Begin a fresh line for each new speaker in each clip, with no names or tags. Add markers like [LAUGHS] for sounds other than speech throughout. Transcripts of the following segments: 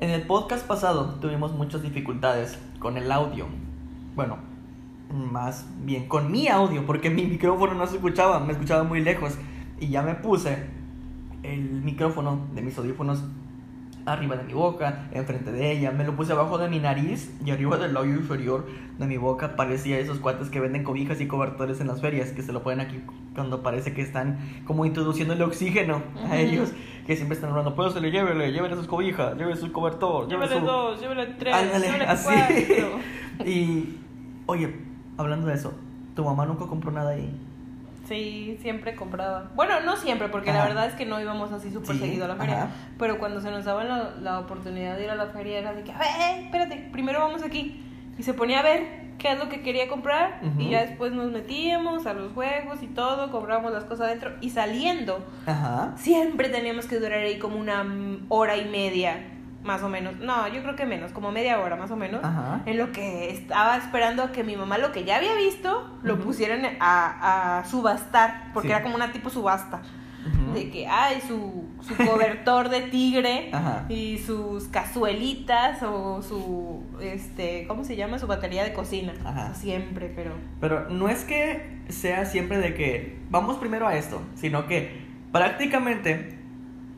En el podcast pasado tuvimos muchas dificultades con el audio. Bueno, más bien con mi audio, porque mi [LAUGHS] micrófono no se escuchaba, me escuchaba muy lejos. Y ya me puse el micrófono de mis audífonos arriba de mi boca, enfrente de ella. Me lo puse abajo de mi nariz y arriba del labio inferior de mi boca. Parecía esos cuates que venden cobijas y cobertores en las ferias, que se lo ponen aquí cuando parece que están como introduciendo el oxígeno
Ujú.
a ellos, que siempre están hablando, pues se le llévele, llévele sus cobijas, llévele su cobertor, llévele
Llévale
su...
dos, llévale tres,
Ándale,
llévale
Ah, así.
cuatro.
Y, oye, hablando de eso, tu mamá nunca compró nada ahí.
[LAUGHS] Sí, siempre compraba. Bueno, no siempre, porque la
Ajá.
verdad es que no íbamos así súper
Sí,
seguido a la feria.
ajá.
Pero cuando se nos daba la, la oportunidad de ir a la feria, era de que, a ver, espérate, primero vamos aquí. Y se ponía a ver qué es lo que quería comprar.
Ujú.
Y ya después nos metíamos a los juegos y todo, comprábamos las cosas adentro. Y saliendo,
Ajá.
siempre teníamos que durar ahí como una mm, hora y media, más o menos. No, yo creo que menos, como media hora más o menos.
Ajá.
En lo que estaba esperando a que mi mamá lo que ya había visto lo
Ujú.
pusieran a, a subastar, porque
Sí.
era como una tipo subasta.
Ujú.
De que, ay, su, su cobertor de tigre
[LAUGHS] Ajá.
y sus cazuelitas o su, este, ¿cómo se llama? Su batería de cocina.
Ajá.
Siempre, pero...
Pero no es que sea siempre de que vamos primero a esto, sino que prácticamente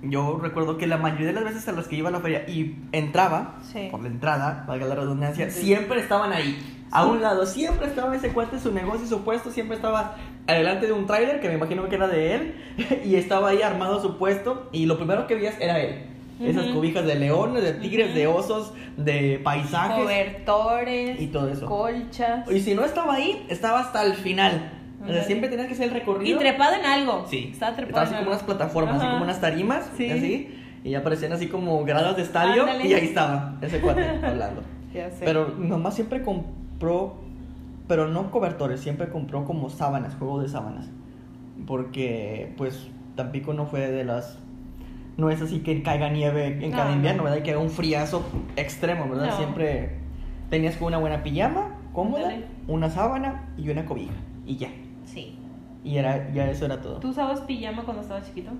yo recuerdo que la mayoría de las veces a las que iba a la feria y entraba
Sí.
por la entrada, valga la redundancia,
Sí.
siempre estaban ahí. A un lado, siempre estaba ese cuate, su negocio, su puesto, siempre estaba adelante de un tráiler, que me imagino que era de él, [LAUGHS] y estaba ahí armado su puesto, y lo primero que veías era él. Esas
Ujú.
cobijas de leones, de tigres,
Ujú.
de osos, de paisajes
Cobertores,
y todo eso.
colchas.
Y si no estaba ahí, estaba hasta el final. O sea,
Ándale.
siempre tenías que hacer el
Y
recorrido.
trepado en algo.
Sí.
Estaba
Estaba
trepado
así
en
como
algo.
unas plataformas, así
Ajá.
como unas tarimas.
Sí.
Y así. Y ya aparecían así como gradas de estadio.
Ándale.
Y ahí estaba ese
[LAUGHS]
cuate hablando.
Ya sé.
Pero mi mamá siempre compró, pero no cobertores, siempre compró como sábanas, juego de sábanas. Porque, pues, Tampico no fue de las. No es así que caiga nieve en
No,
cada
no.
invierno, ¿verdad? Y que haga un friazo extremo, ¿verdad?
No.
Siempre tenías como una buena pijama, cómoda,
Ándale.
una sábana y una cobija. Y ya.
Sí.
Y era, ya eso era todo.
¿Tú usabas pijama cuando estabas chiquito?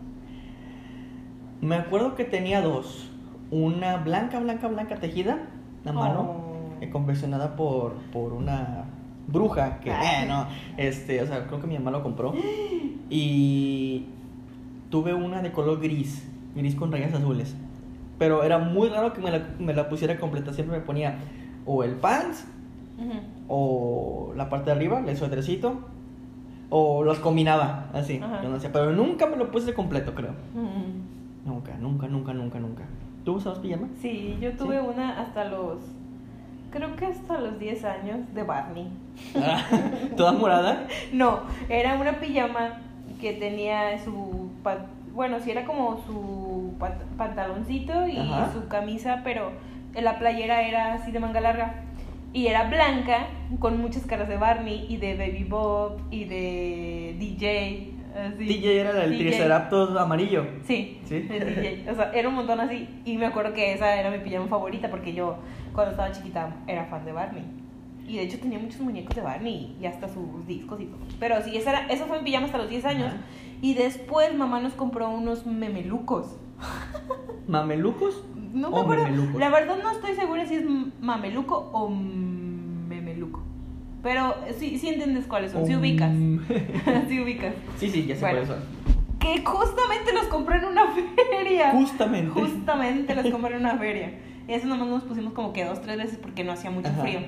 Me acuerdo que tenía dos. Una blanca, blanca, blanca tejida, la mano,
Oh.
eh, confeccionada por, por una bruja que,
Ay.
bueno, este, o sea, creo que mi mamá lo compró. Y tuve una de color gris, gris con rayas azules. Pero era muy raro que me la, me la pusiera completa, siempre me ponía o el pants
Ujú.
o la parte de arriba, el suétercito, o los combinaba, así,
Ajá.
no sé, pero nunca me lo puse completo, creo.
Mm.
Nunca, nunca, nunca, nunca, nunca. ¿Tú usabas pijama?
[LAUGHS] Sí, yo tuve una hasta los. Creo que hasta los 10 años de Barney.
[LAUGHS]
[LAUGHS]
¿Toda morada?
No, era una pijama que tenía su. pa- Bueno, sí, era como su pat- pantaloncito y
Ajá.
su camisa, pero la playera era así de manga larga. Y era blanca, con muchas caras de Barney y de Baby Bob y de DJ. Así.
DJ era el
DJ.
triceraptos amarillo.
Sí,
Sí.
el DJ. O sea, era un montón así. Y me acuerdo que esa era mi pijama favorita porque yo, cuando estaba chiquita, era fan de Barney. Y de hecho tenía muchos muñecos de Barney y hasta sus discos y todo. Pero sí, esa, era, esa fue mi pijama hasta los 10 años.
Ajá.
Y después mamá nos compró unos memelucos.
¿Mamelucos?
No me
O
acuerdo.
memelucos.
La verdad no estoy segura si es m- mameluco o memeluco. Pero sí, sí entiendes cuáles son, sí
Um,
ubicas. [LAUGHS] sí ubicas.
[LAUGHS] Sí, sí, ya sé
Bueno.
cuáles son.
Que justamente los compré en una [LAUGHS] feria.
[LAUGHS] Justamente.
Justamente las compré en una feria. Y eso nomás nos pusimos como que dos, tres veces porque no hacía mucho
Ajá.
frío.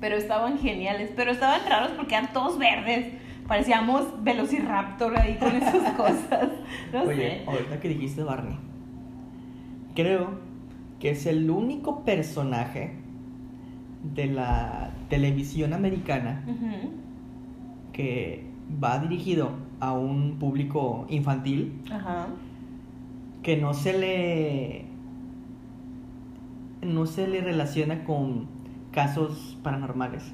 Pero estaban geniales. Pero estaban raros porque eran todos verdes. Parecíamos Velociraptor ahí con
[LAUGHS]
esas cosas. No
Oye, ahorita que dijiste Barney, creo que es el único personaje de la televisión americana
sé. Ujú.
que va dirigido a un público infantil.
Ajá.
que no se le no se le relaciona con casos paranormales.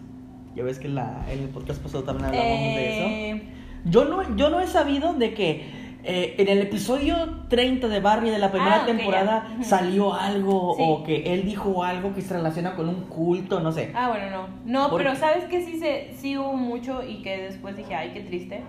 Ya ves que la, en el podcast pasado también hablamos de eso.
Eh,
Yo no, yo no he sabido de que eh, en el episodio 30 de Barney de la primera
Ah, ok, ya.
temporada
Ujú.
salió algo
Sí.
o que él dijo algo que se relaciona con un culto, no sé.
Ah, bueno, no. No,
¿Por
pero
qué?
sabes que sí, se, sí hubo mucho y que después dije, ay, qué triste.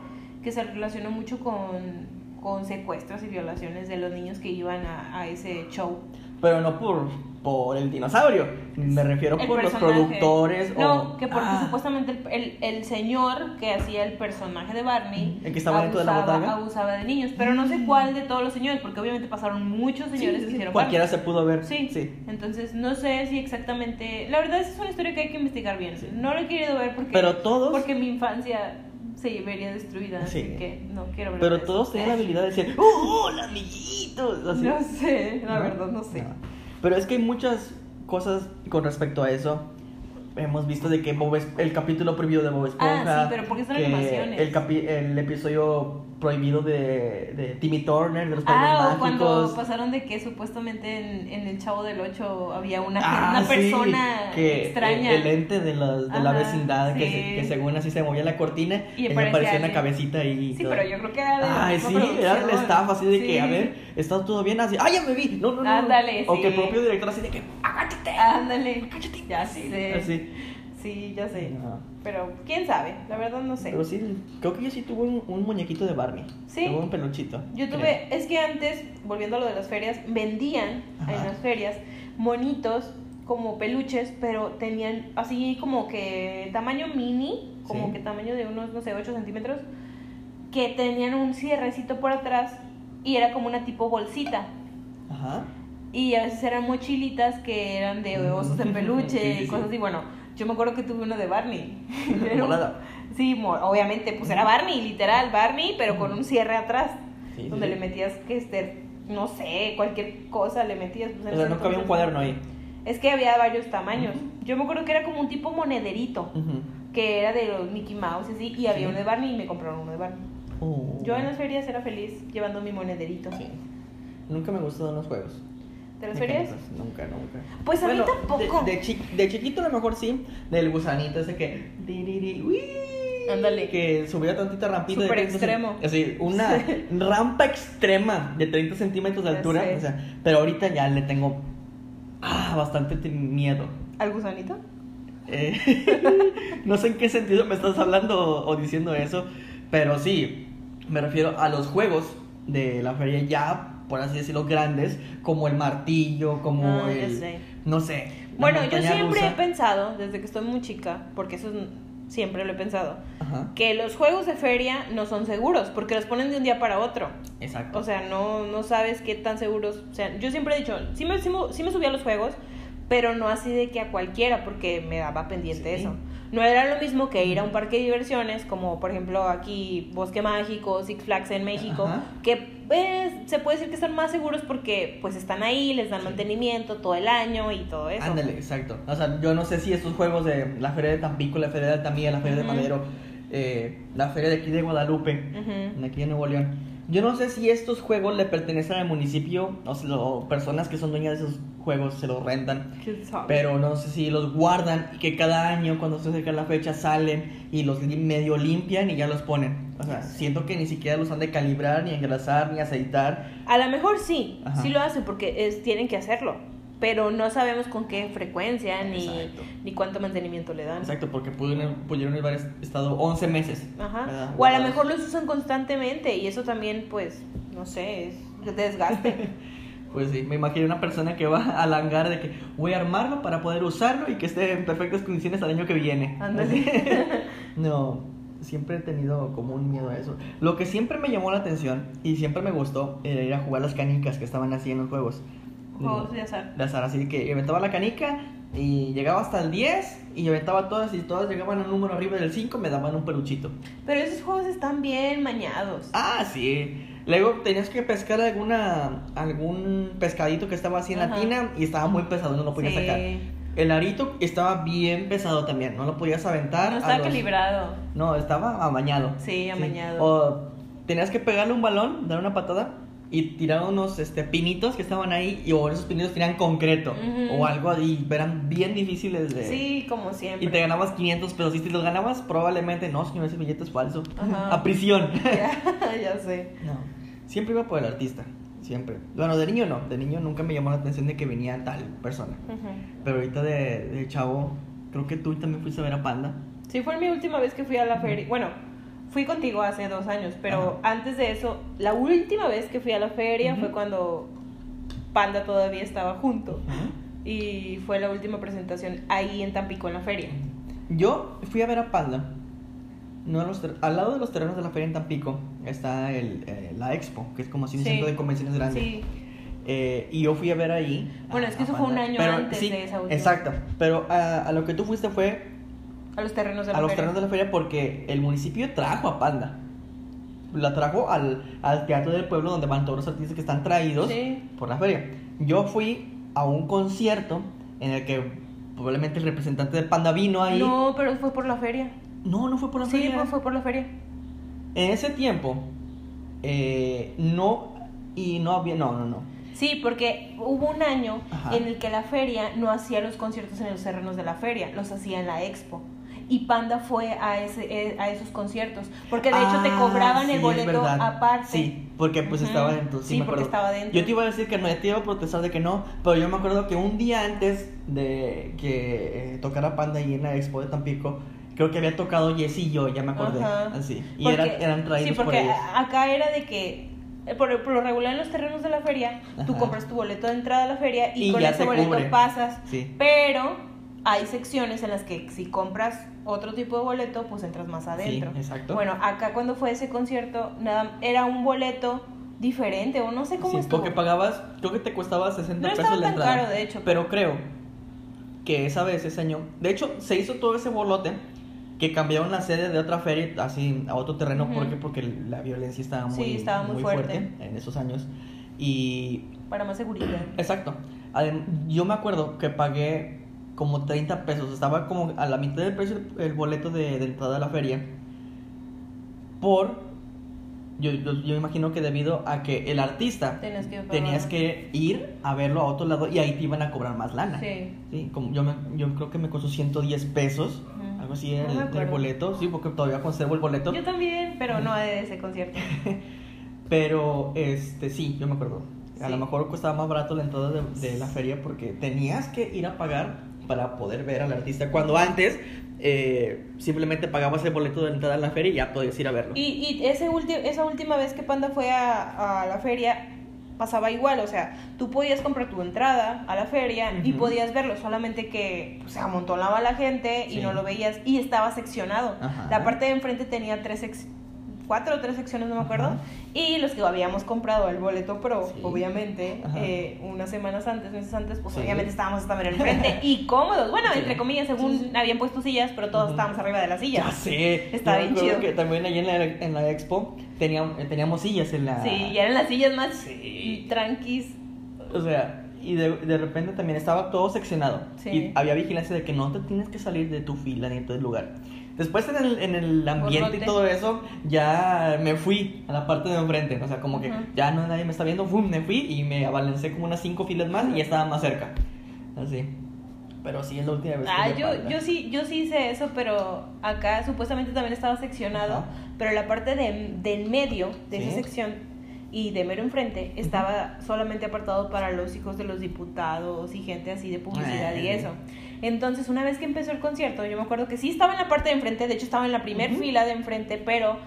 Que se relacionó mucho con, con secuestros y violaciones de los niños que iban a, a ese show.
Pero no por, por el dinosaurio. Me refiero
El
por
personaje-
los productores
No,
o.
que porque
Ah,
supuestamente el, el- el señor que hacía el personaje de Barney
El que estaba dentro de la
abusaba-
botarga.
abusaba de niños, pero no sé cuál de todos los señores, porque obviamente pasaron muchos
sí,
señores
sí,
que
sí,
hicieron
Cualquiera
Barney.
se pudo ver.
Sí.
sí.
Entonces, no sé si exactamente. La verdad, esa es una historia que hay que investigar bien.
Sí.
No lo he querido ver porque.
Pero todos-
Porque mi infancia se vería destruida.
Sí.
Así que no quiero ver.
Pero
eso.
todos tenían
[LAUGHS]
la habilidad de decir, ¡Oh, hola, amiguitos! Así.
No sé, [LAUGHS] la
¿No?
verdad, no sé.
Pero es que hay muchas cosas con respecto a eso. Hemos visto de que Bob Es- el capítulo prohibido de Bob Esponja.
Ah, sí, pero porque son
que
animaciones.
El, capi- el episodio prohibido de, de Timmy Turner, de los
Ah, o
Padrinos
cuando
Mágicos.
pasaron de que supuestamente en, en el Chavo del 8 había una,
Ah,
[LAUGHS] una
sí,
persona
que
extraña.
El, el ente de la, de la
Ajá,
vecindad que,
sí.
se- que según así se movía la cortina
Y
y
aparecía
aparecía una
alguien.
cabecita ahí. y
Sí,
todo.
pero yo creo que era de la
Ay,
misma
sí, era el
producción.
staff así de que,
Sí.
a ver, ¿estás todo bien? Así, ¡ay, ya me vi! No, no, no.
Ándale,
o
sí.
que el propio director así de que, ¡agáchate!
Ándale, ya sé.
Así.
Sí, ya sé.
No.
Pero quién sabe, la verdad no sé.
Pero sí, creo que yo sí tuve un, un muñequito de Barney.
Sí.
Tuve un peluchito.
Yo
creo.
tuve, es que antes, volviendo a lo de las ferias, vendían en
Ajá.
las ferias monitos como peluches, pero tenían así como que tamaño mini, como
Sí.
que tamaño de unos, no sé, 8 centímetros, que tenían un cierrecito por atrás y era como una tipo bolsita.
Ajá.
Y a veces eran mochilitas que eran de osos de
[LAUGHS]
peluche
Sí, sí,
y
sí.
cosas así. Bueno, yo me acuerdo que tuve uno de Barney. Era un-
Volada.
Sí, mo- obviamente, pues era Barney, literal, Barney, pero con un cierre atrás,
Sí,
donde
sí.
le metías que este, no sé, cualquier cosa le metías. Pues, en
O sea,
ese
no cabía un
entonces-
cuaderno ahí.
Es que había varios tamaños. Yo me acuerdo que era como un tipo monederito,
Ujú.
que era de los Mickey Mouse y así, y había
Sí.
uno de Barney y me compraron uno de Barney.
Oh.
Yo en las ferias era feliz llevando mi monederito.
Sí. Nunca me gustaron los juegos.
¿Te las ferias?
Mecánicos. Nunca, nunca.
Pues a mí
Bueno,
tampoco.
De, de chi- de chiquito a lo mejor sí. Del gusanito ese que. tiriri, uy,
Ándale.
Que subía tantita rampita. de
Súper
30 cen-
extremo.
Así, una rampa extrema de 30 centímetros de
Ya
altura.
sé.
O sea, pero ahorita ya le tengo. Ah, bastante te- miedo.
¿Al gusanito?
Eh, [LAUGHS] no sé en qué sentido me estás hablando o, o diciendo eso, pero sí, me refiero a los juegos de la feria ya, por así decirlo, grandes, como el martillo, como
Ah, ya
el...
sé.
No sé. la
Bueno, yo
montaña
siempre he
rusa.
pensado, desde que estoy muy chica, porque eso es- siempre lo he pensado,
Ajá,
que los juegos de feria no son seguros, porque los ponen de un día para otro.
exacto.
O sea, no, no sabes qué tan seguros. O sea, yo siempre he dicho, sí me, sí me, sí me subí a los juegos, pero no así de que a cualquiera, porque me daba pendiente
Sí.
eso. No era lo mismo que ir a un parque de diversiones, como por ejemplo aquí Bosque Mágico, Six Flags en México,
Ajá.
que pues, se puede decir que están más seguros porque pues están ahí, les dan mantenimiento todo el año y todo eso.
Ándale, exacto. O sea, yo no sé si estos juegos de la feria de Tampico, la feria de Altamira, la feria de
Ujú.
Madero, eh, la feria de aquí de Guadalupe,
Ujú.
de aquí de Nuevo León. Yo no sé si estos juegos le pertenecen al municipio o, se lo- o personas que son dueñas de esos juegos se los rentan.
¿Quién sabe?
Pero no sé si los guardan y que cada año cuando se acerca la fecha salen y los li- medio limpian y ya los ponen. O sea, siento que ni siquiera los han de calibrar, ni engrasar, ni aceitar.
A lo mejor sí,
Ajá.
sí lo hacen porque es, tienen que hacerlo, pero no sabemos con qué frecuencia ni,
Exacto.
ni cuánto mantenimiento le dan.
Exacto, porque pudieron, pudieron haber estado 11 meses.
Ajá.
¿verdad?
O a lo
Guardados.
mejor los usan constantemente y eso también, pues, no sé, es desgaste.
[LAUGHS] Pues sí, me imagino una persona que va [LAUGHS] al hangar de que voy a armarlo para poder usarlo y que esté en perfectas condiciones al año que viene.
Ándale.
No, siempre he tenido como un miedo a eso. Lo que siempre me llamó la atención y siempre me gustó era ir a jugar las canicas que estaban así en los juegos.
Juegos de azar.
De azar, así que inventaba la canica y llegaba hasta el 10 y inventaba todas y todas llegaban a un número arriba del 5 me daban un peluchito.
Pero esos juegos están bien mañados.
Ah, sí. Luego tenías que pescar alguna algún pescadito que estaba así en la
Ajá.
tina y estaba muy pesado, no lo podías
Sí.
sacar. El arito estaba bien pesado también, no lo podías aventar. Ah,
No
a
está
los-
calibrado.
No, estaba amañado.
Sí, amañado.
O tenías que pegarle un balón, dar una patada y tirar unos este, pinitos que estaban ahí y o esos pinitos tenían concreto
Ujú.
o algo así, eran bien difíciles de...
Sí, como
Y te
[LAUGHS] siempre.
ganabas 500 pesos. Y si te los ganabas, probablemente no, señor, ese billete es falso.
Ajá.
A prisión.
ya, ya sé.
No. Siempre iba por el artista. Siempre. Bueno, de niño no. De niño nunca me llamó la atención de que venía tal persona.
Ujú.
Pero ahorita de, de chavo, creo que tú también fuiste a ver a Panda.
Sí, fue mi última vez que fui a la feria. Bueno, fui contigo hace dos años, pero antes de eso, la última vez que fui a la feria
Ujú.
fue cuando Panda todavía estaba junto.
Ujú.
Y fue la última presentación ahí en Tampico, en la feria.
Yo fui a ver a Panda. No a los ter- al lado de los terrenos de la feria en Tampico está el, eh, la Expo, que es como así un
Sí.
centro de convenciones grande.
Sí,
Eh, y yo fui a ver ahí.
Bueno,
a-
es que
a
eso fue un
Panda.
año antes de esa última.
Exacto, pero a, a lo que tú fuiste fue
a los terrenos de la
a los
feria.
terrenos de la feria porque el municipio trajo a Panda. La trajo al, al teatro del pueblo donde van todos los artistas que están traídos
Sí.
por la feria. Yo fui a un concierto en el que probablemente el representante de Panda vino ahí.
No, pero fue por la feria.
no, no fue por la
sí,
feria.
pues fue por la feria.
En ese tiempo, eh, no, y no había, no, no, no.
Sí, porque hubo un año
Ajá.
en el que la feria no hacía los conciertos en los terrenos de la feria, los hacía en la expo. Y Panda fue a, ese, eh, a esos conciertos, porque de hecho te
Ah,
cobraban
sí,
el
es
boleto
verdad.
aparte.
Sí, porque pues
Ujú.
estaba dentro. Sí,
Sí,
me
porque
acuerdo.
estaba dentro.
Yo te iba a decir que no, yo te iba a protestar de que no, pero yo me acuerdo que un día antes de que eh, tocara Panda ahí en la expo de Tampico, creo que había tocado Jess y yo, ya me acordé.
Ajá.
Así. Y
Porque-
eran, eran traídos
Sí, porque
por ellos.
a- acá era de que, eh, por, por lo regular en los terrenos de la feria, tú
Ajá.
compras tu boleto de entrada a la feria y,
Y
con
ya
ese
te
boleto
cubre.
pasas.
Sí.
Pero hay secciones en las que si compras otro tipo de boleto, pues entras más adentro.
Sí, exacto.
Bueno, acá cuando fue ese concierto, nada, era un boleto diferente, o no sé cómo
Sí,
estuvo.
Porque pagabas, creo que te costaba 60
No
pesos
estaba
la
tan
entrada.
caro, de hecho.
Pero creo que esa vez, ese año. De hecho, se hizo todo ese borlote que cambiaron la sede de otra feria así a otro terreno.
Ujú.
¿Por qué? Porque la violencia estaba muy,
Sí, estaba muy fuerte.
en esos años. Y.
Para más seguridad.
Exacto. Adem- yo me acuerdo que pagué como 30 pesos. Estaba como a la mitad del precio el boleto de, de entrada a la feria. Por. Yo, yo, yo imagino que debido a que el artista
Tenías que pagar.
tenías que ir a verlo a otro lado y ahí te iban a cobrar más lana.
Sí.
Sí, como yo, me- yo creo que me costó 110 pesos,
Ujú.
algo así,
No me
el, el
acuerdo.
boleto. Sí, porque todavía conservo el boleto.
Yo también, pero no de ese concierto.
Pero, este, sí, yo me acuerdo. A
Sí.
lo mejor costaba más barato la entrada de, de la feria porque tenías que ir a pagar para poder ver al artista. Cuando antes eh, simplemente pagabas el boleto de entrada a la feria y ya podías ir a verlo.
Y, y ese ulti- esa última vez que Panda fue a, a la feria, pasaba igual, o sea, tú podías comprar tu entrada a la feria y
Ujú.
podías verlo, solamente que pues, se amontonaba la gente y
Sí.
no lo veías y estaba seccionado.
Ajá.
La parte de enfrente tenía tres sec- cuatro o tres secciones, no me acuerdo,
Ajá.
y los que habíamos comprado el boleto pro,
Sí.
obviamente,
Ajá.
eh, unas semanas antes, meses antes, pues
Sí.
obviamente estábamos también
[LAUGHS]
enfrente y cómodos, bueno,
Sí.
entre comillas, según
Sí, sí.
habían puesto sillas, pero todos
Ujú.
estábamos arriba de las sillas.
Ya sé.
Está
Yo
bien
me acuerdo
chido.
que también ahí en la, en la expo teníamos, teníamos sillas en la.
Sí, y eran las sillas más
Ah. Sí.
tranquis.
O sea, y de, de repente también estaba todo seccionado.
Sí.
Y había vigilancia de que no te tienes que salir de tu fila ni de tu lugar. Después en el, en el ambiente
Borrote.
y todo eso, ya me fui a la parte de enfrente. O sea, como que
Ujú.
ya no nadie me está viendo, ¡fum! me fui y me abalancé como unas cinco filas más y ya estaba más cerca. Así. Pero sí, es la última vez que
Ah,
me
yo,
pasa.
yo sí, yo sí hice eso, pero acá supuestamente también estaba seccionado,
Ajá.
pero la parte de, del medio de esa
Sí.
sección y de mero enfrente estaba solamente apartado para los hijos de los diputados y gente así de publicidad y
Eh.
eso. Entonces, una vez que empezó el concierto, yo me acuerdo que sí estaba en la parte de enfrente, de hecho estaba en la primera
Ujú.
fila de enfrente, pero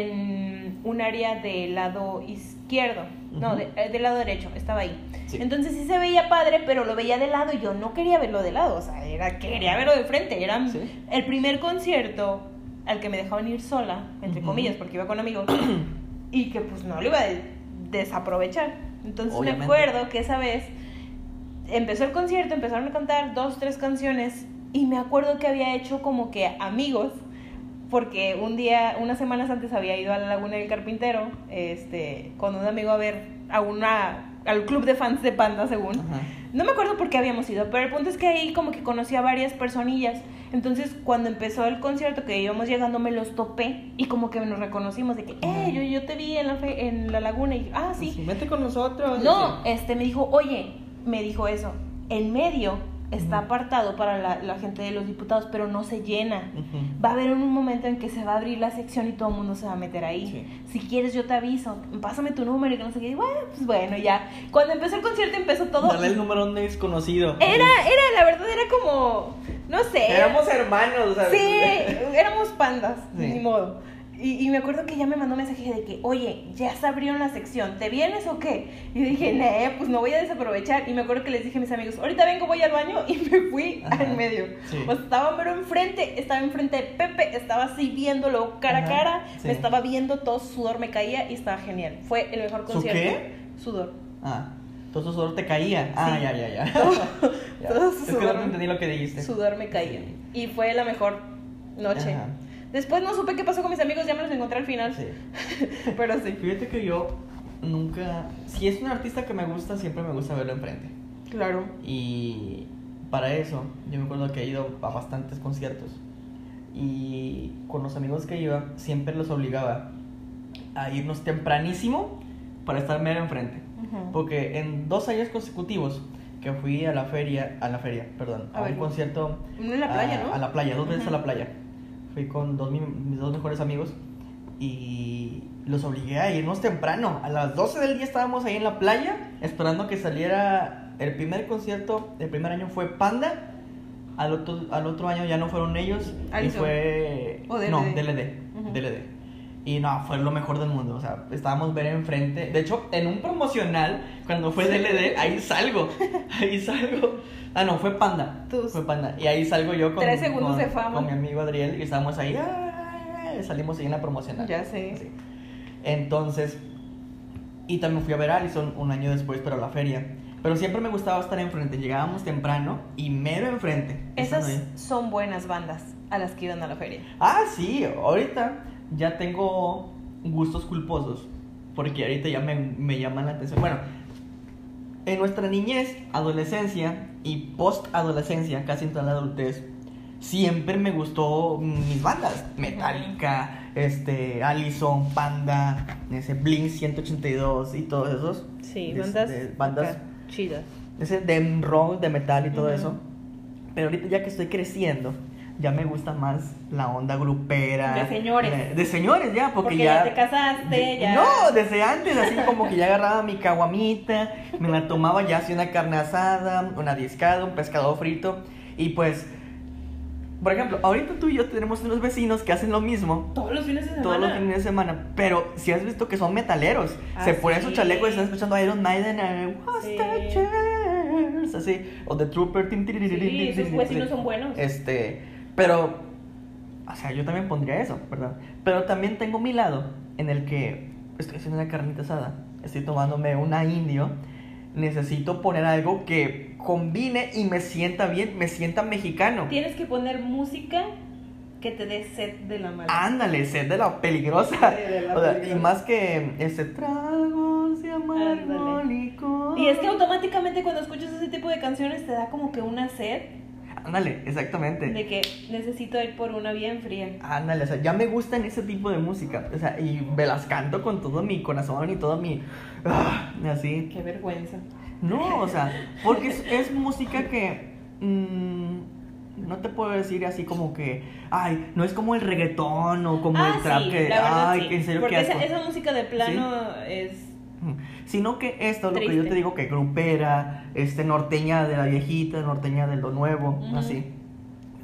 en un área del lado izquierdo, no,
Ujú.
de- eh, del lado derecho, estaba ahí.
Sí.
Entonces sí se veía padre, pero lo veía de lado y yo no quería verlo de lado, o sea, era, quería verlo de frente. Era
Sí.
el primer concierto al que me dejaban ir sola, entre
Ujú.
comillas, porque iba con amigos, y que pues no lo iba a de- desaprovechar. Entonces
Obviamente.
me acuerdo que esa vez empezó el concierto, empezaron a cantar dos, tres canciones, y me acuerdo que había hecho como que amigos. Porque un día, unas semanas antes había ido a la Laguna del Carpintero, este, con un amigo a ver a una, al club de fans de Panda, según.
Ajá.
No me acuerdo por qué habíamos ido, pero el punto es que ahí como que conocí a varias personillas. Entonces, cuando empezó el concierto que íbamos llegando, me los topé y como que nos reconocimos de que, eh, yo, yo te vi en la, fe- en la laguna y yo, ah, sí.
Así, Vete con nosotros.
No,
Así.
este me dijo, oye, me dijo eso, el medio está
Ujú.
apartado para la, la gente de los diputados, pero no se llena.
Ujú.
eh, Va a haber un momento en que se va a abrir la sección y todo el mundo se va a meter ahí. Si quieres, yo te aviso. Pásame tu número y que no sé qué. Y bueno, pues bueno, ya. Cuando empezó el concierto, empezó todo.
Dale el número a un desconocido.
Era, era, la verdad, era como. No sé.
Éramos hermanos, ¿sabes?
Sí, éramos pandas,
Sí.
ni modo. Y, y me acuerdo que ya me mandó un mensaje de que, oye, ya se abrieron la sección, ¿te vienes o qué? Y dije, nee, pues no voy a desaprovechar. Y me acuerdo que les dije a mis amigos, ahorita vengo, voy al baño [LAUGHS] y me fui
Ajá.
al medio.
Sí.
O sea, estaba pero enfrente, estaba enfrente de Pepe, estaba así viéndolo cara
Ajá,
a cara,
sí.
me estaba viendo, todo su sudor me caía y estaba genial. Fue el mejor
¿Su
concierto.
qué?
Sudor.
[LAUGHS] Ah, todo su sudor te caía. Ah,
Sí.
ya, ya, ya.
[LAUGHS]
Ya.
todo su
es que no
sudor.
te entendí lo que dijiste.
Sudor me caía.
Sí.
Y fue la mejor noche.
Ajá.
Después no supe qué pasó con mis amigos, ya me los encontré al final.
Sí.
Pero sí.
Fíjate que yo nunca. Si es un artista que me gusta, siempre me gusta verlo enfrente.
Claro.
Y para eso, yo me acuerdo que he ido a bastantes conciertos. Y con los amigos que iba, siempre los obligaba a irnos tempranísimo para estar mero enfrente. Porque en dos años consecutivos que fui a la feria, a la feria, perdón,
A
a, un
ver.
concierto
Uno en la playa,
a,
¿no?
Ah, a la playa, dos veces
Ujú.
a la playa. Fui con dos, mi- mis dos mejores amigos y los obligué a irnos temprano. A las 12 del día estábamos ahí en la playa esperando que saliera el primer concierto. El primer año fue Panda. Al otro, al otro año ya no fueron ellos. Y
Allison.
fue...
O DLD.
No, DLD.
Ujú.
DLD. Y no, fue lo mejor del mundo. O sea, estábamos ver enfrente. De hecho, en un promocional, cuando fue DLD, ahí salgo. [LAUGHS] Ahí salgo. Ah, no, fue Panda.
Tus-
Fue Panda. Y ahí salgo yo con,
Tres segundos
con-
de fama.
con mi amigo Adriel y estábamos ahí. ¡ay! Salimos ahí en la promocional.
Ya sé.
Así. Entonces, y también fui a ver a Allison un año después, pero a la feria. Pero siempre me gustaba estar enfrente. Llegábamos temprano y mero enfrente.
Esas
estando ahí.
son buenas bandas a las que iban a la feria.
Ah, sí, ahorita ya tengo gustos culposos. Porque ahorita ya me, me llaman la atención. Bueno, en nuestra niñez, adolescencia y post-adolescencia, casi en toda la adultez, siempre me gustó mis bandas. Metallica, este, Allison, Panda, ese Blink 182 y todos esos. De- de bandas
chidas.
ese de rock, de metal y todo
Ujú.
eso. Pero ahorita ya que estoy creciendo, ya me gusta más la onda grupera.
De señores.
De, de señores, ya, porque,
Porque ya te casaste,
de-
ya-
No, desde antes, así como que ya agarraba mi caguamita, me la tomaba ya así una carne asada, una discada, un pescado frito. Y pues, por ejemplo, ahorita tú y yo tenemos unos vecinos que hacen lo mismo.
Todos los fines de semana.
Todos los fines de semana, pero si has visto que son metaleros,
Ah,
se ponen
sí.
su chaleco y están escuchando Iron Maiden, eh, What's
Sí.
the chance? así, o The Trooper, tin, tin, tin, tin, tin,
Sí, sus
tin,
vecinos
tin.
son buenos.
Este, pero, o sea, yo también pondría eso, ¿verdad? Pero también tengo mi lado en el que estoy haciendo una carnita asada, estoy tomándome una indio, necesito poner algo que combine y me sienta bien, me sienta mexicano.
Tienes que poner música que te dé sed de la mala.
Ándale, sed de la peligrosa.
Sí, [LAUGHS] de la
Ah, O sea, y
peligrosa.
más que este tragos de amargo
Ándale.
licor.
Y es que automáticamente cuando escuchas ese tipo de canciones te da como que una sed
Ándale, exactamente.
de que necesito ir por una bien fría.
Ándale, o sea, ya me gustan ese tipo de música. O sea, y me las canto con todo mi corazón y todo mi. ah, así.
Qué vergüenza.
No, o sea, porque es, es música que. mm, no te puedo decir así como que. Ay, no es como el reggaetón o como
ah,
el trap
sí,
que.
la verdad
ay,
sí.
que en serio
Porque
qué
esa,
asco.
esa música de plano es
Mm. Sino que esto, lo que yo
Triste.
te digo, que grupera, este, norteña de la viejita, norteña de lo nuevo,
Ujú.
así.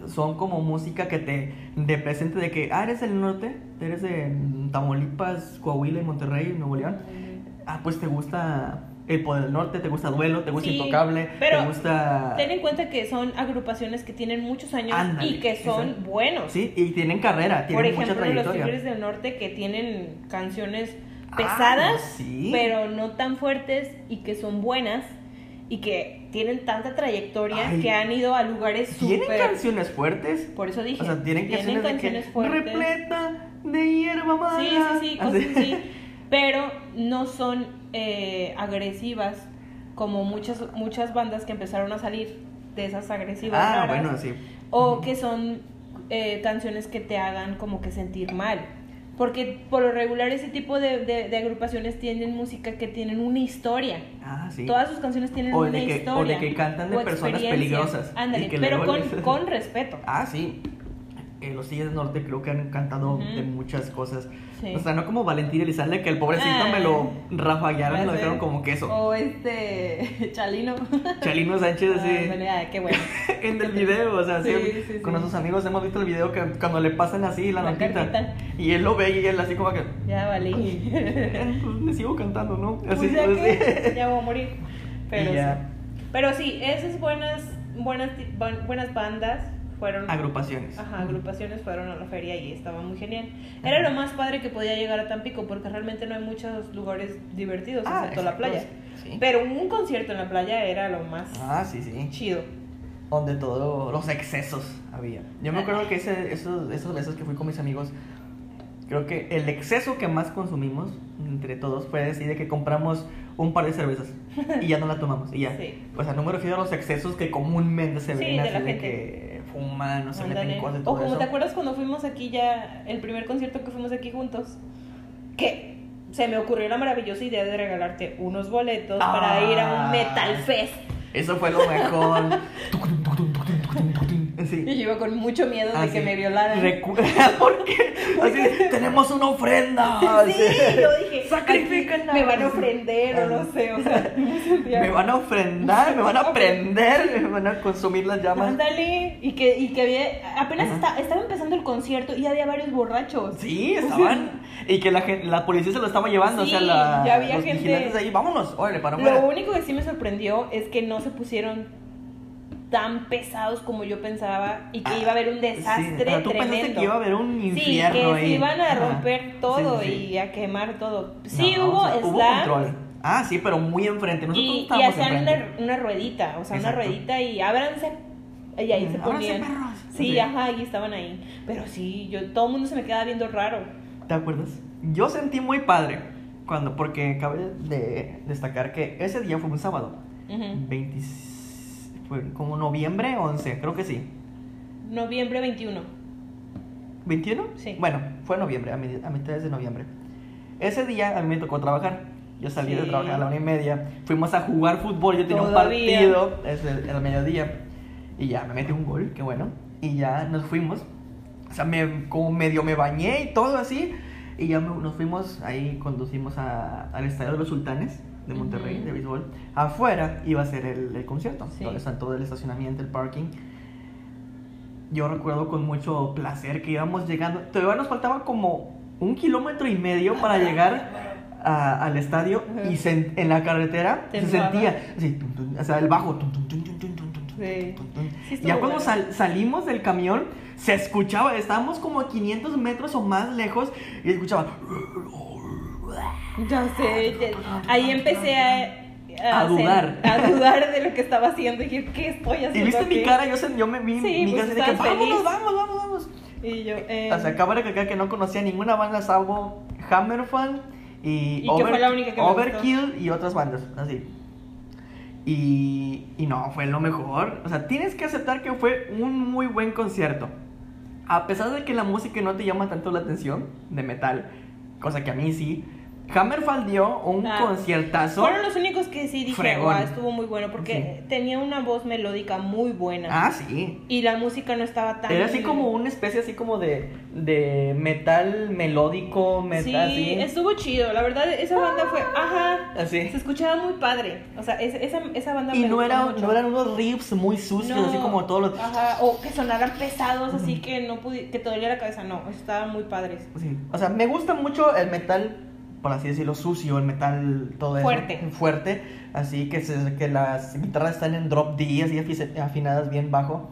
Son como música que te representa de que, ah, eres del norte, eres de Tamaulipas, Coahuila y Monterrey, Nuevo León.
Mm.
Ah, pues te gusta el poder del norte, te gusta duelo, te gusta
Sí,
intocable,
pero
te gusta...
Ten en cuenta que son agrupaciones que tienen muchos años
Ándale,
y que son
exacto.
buenos.
Sí, y tienen carrera, tienen
Por
mucha
ejemplo, los
trayectoria.
Tigres del Norte que tienen canciones
Ah,
pesadas,
sí.
pero no tan fuertes y que son buenas y que tienen tanta trayectoria
Ay.
que han ido a lugares
Tienen
súper.
canciones fuertes.
Por eso [LAUGHS] dije,
O sea, tienen canciones,
canciones
de que
fuertes.
repleta de hierba mala.
Sí, sí, sí, cosas
Así. [LAUGHS]
así, Pero no son eh, agresivas como muchas muchas bandas que empezaron a salir de esas agresivas.
Ah,
raras.
bueno, sí.
O que son eh, canciones que te hagan como que sentir mal. Porque por lo regular ese tipo de, de- de agrupaciones tienen música que tienen una historia.
Ah, sí.
Todas sus canciones tienen
O de
una
que- o
historia.
de que cantan de
o
personas
experiencias.
peligrosas y
Ándale,
que
pero
luego
con,
les-
con respeto.
Ah, sí. eh, los Tigres del Norte creo que han cantado
Ujú.
de muchas cosas.
Sí.
[LAUGHS] O sea, no como Valentín Elizalde, que el pobrecito
Ah.
me lo rafaguearon y lo
Puede
dejaron
ser.
como queso.
O este. [LAUGHS] Chalino.
Chalino Sánchez, así,
Ándale, ay, Ah, qué bueno.
[LAUGHS] en el video, o sea,
Sí,
siempre-
sí, sí.
con nuestros amigos hemos visto el video que cuando le pasan así la,
La
notita
carnita.
y él lo ve y él así como que,
Ya valí.
"Eh, pues me sigo cantando, ¿no? [LAUGHS]
[LAUGHS]
Así,
Pues ya
pues,
que ya voy a morir.
[LAUGHS]
Pero
Y ya.
sí. Pero sí, esas buenas, buenas, ti- ban- buenas bandas fueron.
agrupaciones.
Ajá, agrupaciones fueron a la feria y estaba muy genial. Era lo más padre que podía llegar a Tampico porque realmente no hay muchos lugares divertidos,
Ah,
excepto la
exacto,
playa.
sí.
Pero un concierto en la playa era lo más
Ah, sí, sí.
chido.
donde todos los excesos había. Yo me acuerdo que ese, esos, esas veces que fui con mis amigos, creo que el exceso que más consumimos entre todos fue decir de que compramos un par de
[LAUGHS]
cervezas y ya no la tomamos y ya.
Sí.
O sea, no me refiero a los excesos que comúnmente se
Sí,
ven
de
así
la
de
gente.
que fuman, no se
Ándale.
meten cosas y
o
todo
como
eso.
te acuerdas cuando fuimos aquí ya, el primer concierto que fuimos aquí juntos, que se me ocurrió la maravillosa idea de regalarte unos boletos
Ah.
para ir a un Metal Fest.
Eso fue lo mejor.
[LAUGHS]
Sí.
Y yo iba con mucho miedo de
Así.
que me violaran.
Ah, Recu- [LAUGHS] ¿Por qué? Así, tenemos una ofrenda.
Sí,
Así.
yo dije,
Sacrifícala.
"Aquí Me van a ofrender o no sé,
[LAUGHS]
o sea, me sentía-
Ah, Me van a ofrendar, me van a prender, me van a consumir las llamas.
Ándale, y que, y que había, apenas
Ajá.
esta- estaba empezando el concierto y ya había varios borrachos.
Sí, estaban. Y que la, gen- la policía se lo estaba llevando, o sea,
Sí,
la,
ya había
los
gente-
vigilantes ahí, vámonos, órale, para
Lo
afuera.
único que sí me sorprendió es que no se pusieron tan pesados como yo pensaba y que iba a haber un
Sí,
desastre
ah, tú pensaste
tremendo.
que iba a haber un
sí,
infierno
que
ahí.
se iban a
Ajá.
romper todo
Sí, sí, sí.
y a quemar todo. Sí
No,
hubo
o sea,
slam
control. Ah, sí, pero muy enfrente. Nosotros
y, y
estábamos
hacían
enfrente.
una, una ruedita, o sea,
Exacto.
una ruedita y ábranse. Y ahí se
Ajá, "Ábranse,
ponían.
Mm, perros".
Sí,
Sí.
ajá, y estaban ahí. Pero sí, yo todo el mundo se me quedaba viendo raro.
¿Te acuerdas? Yo sentí muy padre cuando, porque cabe de destacar que ese día fue un sábado.
Ujú.
20, fue como noviembre 11, creo que sí.
Noviembre 21.
¿21?
Sí.
Bueno, fue noviembre, a, mi- a mitades de noviembre. Ese día a mí me tocó trabajar. Yo salí de
Sí.
trabajar a la una y media. Fuimos a jugar fútbol. Yo tenía
Todavía.
un partido es el, el mediodía. Y ya me metí un gol, qué bueno. Y ya nos fuimos. O sea, me, como medio me bañé y todo así. Y ya me- nos fuimos, ahí conducimos a- al Estadio de los Sultanes de Monterrey,
Ujú.
de béisbol. Afuera iba a ser el, el concierto.
Sí.
Donde está todo el estacionamiento, el parking. Yo recuerdo con mucho placer que íbamos llegando. Todavía nos faltaba como un kilómetro y medio para llegar a- al estadio
Ajá.
y sen- en la carretera se
Temblaba.
sentía, así, tum, tum, o sea, el bajo. tum, tum, tum, tum, tum, tum, tum, tum,
Sí.
tum, tum.
Sí, estuvo
ya cuando
bueno.
sal- salimos del camión, se escuchaba, estábamos como a 500 metros o más lejos y escuchaba.
Ya sé, ya- ahí empecé a...
A
hacer-
dudar.
a dudar de lo que estaba haciendo. Y dije, ¿qué estoy haciendo?
Y viste mi
aquí?"
cara, yo, se- yo me vi,
Sí,
mi
pues
cara así de que
estabas
vámonos,
feliz".
vamos, vamos, vamos.
Y yo, eh,
O sea, acabo de recalcar que no conocía ninguna banda salvo Hammerfall y,
Y que fue la única que me
Overkill y otras bandas, así. Y, y no, fue lo mejor. O sea, tienes que aceptar que fue un muy buen concierto. A pesar de que la música no te llama tanto la atención, de metal, cosa que a mí sí, Hammerfall dio un
Ah.
conciertazo.
fueron los únicos que sí dije,
Fregón.
"Guau, estuvo muy bueno, porque tenía una voz melódica muy buena.
Ah, sí.
Y la música no estaba tan...
Era así como una especie así como de, de metal melódico, metal Ah. así.
Sí, estuvo chido. La verdad, esa banda fue... Ajá.
Así.
Se escuchaba muy padre. O sea, es- esa, esa banda...
Y
me
no,
gustó
era,
mucho.
no eran unos riffs muy sucios,
No,
así como todos los...
Ajá, o que sonaran pesados, así que no pude, que te dolía la cabeza, no, estaban muy padres.
Sí. O sea, me gusta mucho el metal, por así decirlo, sucio, el metal todo eso.
Fuerte.
Fuerte, así que, se- que las guitarras están en drop D, así afi- afinadas bien bajo.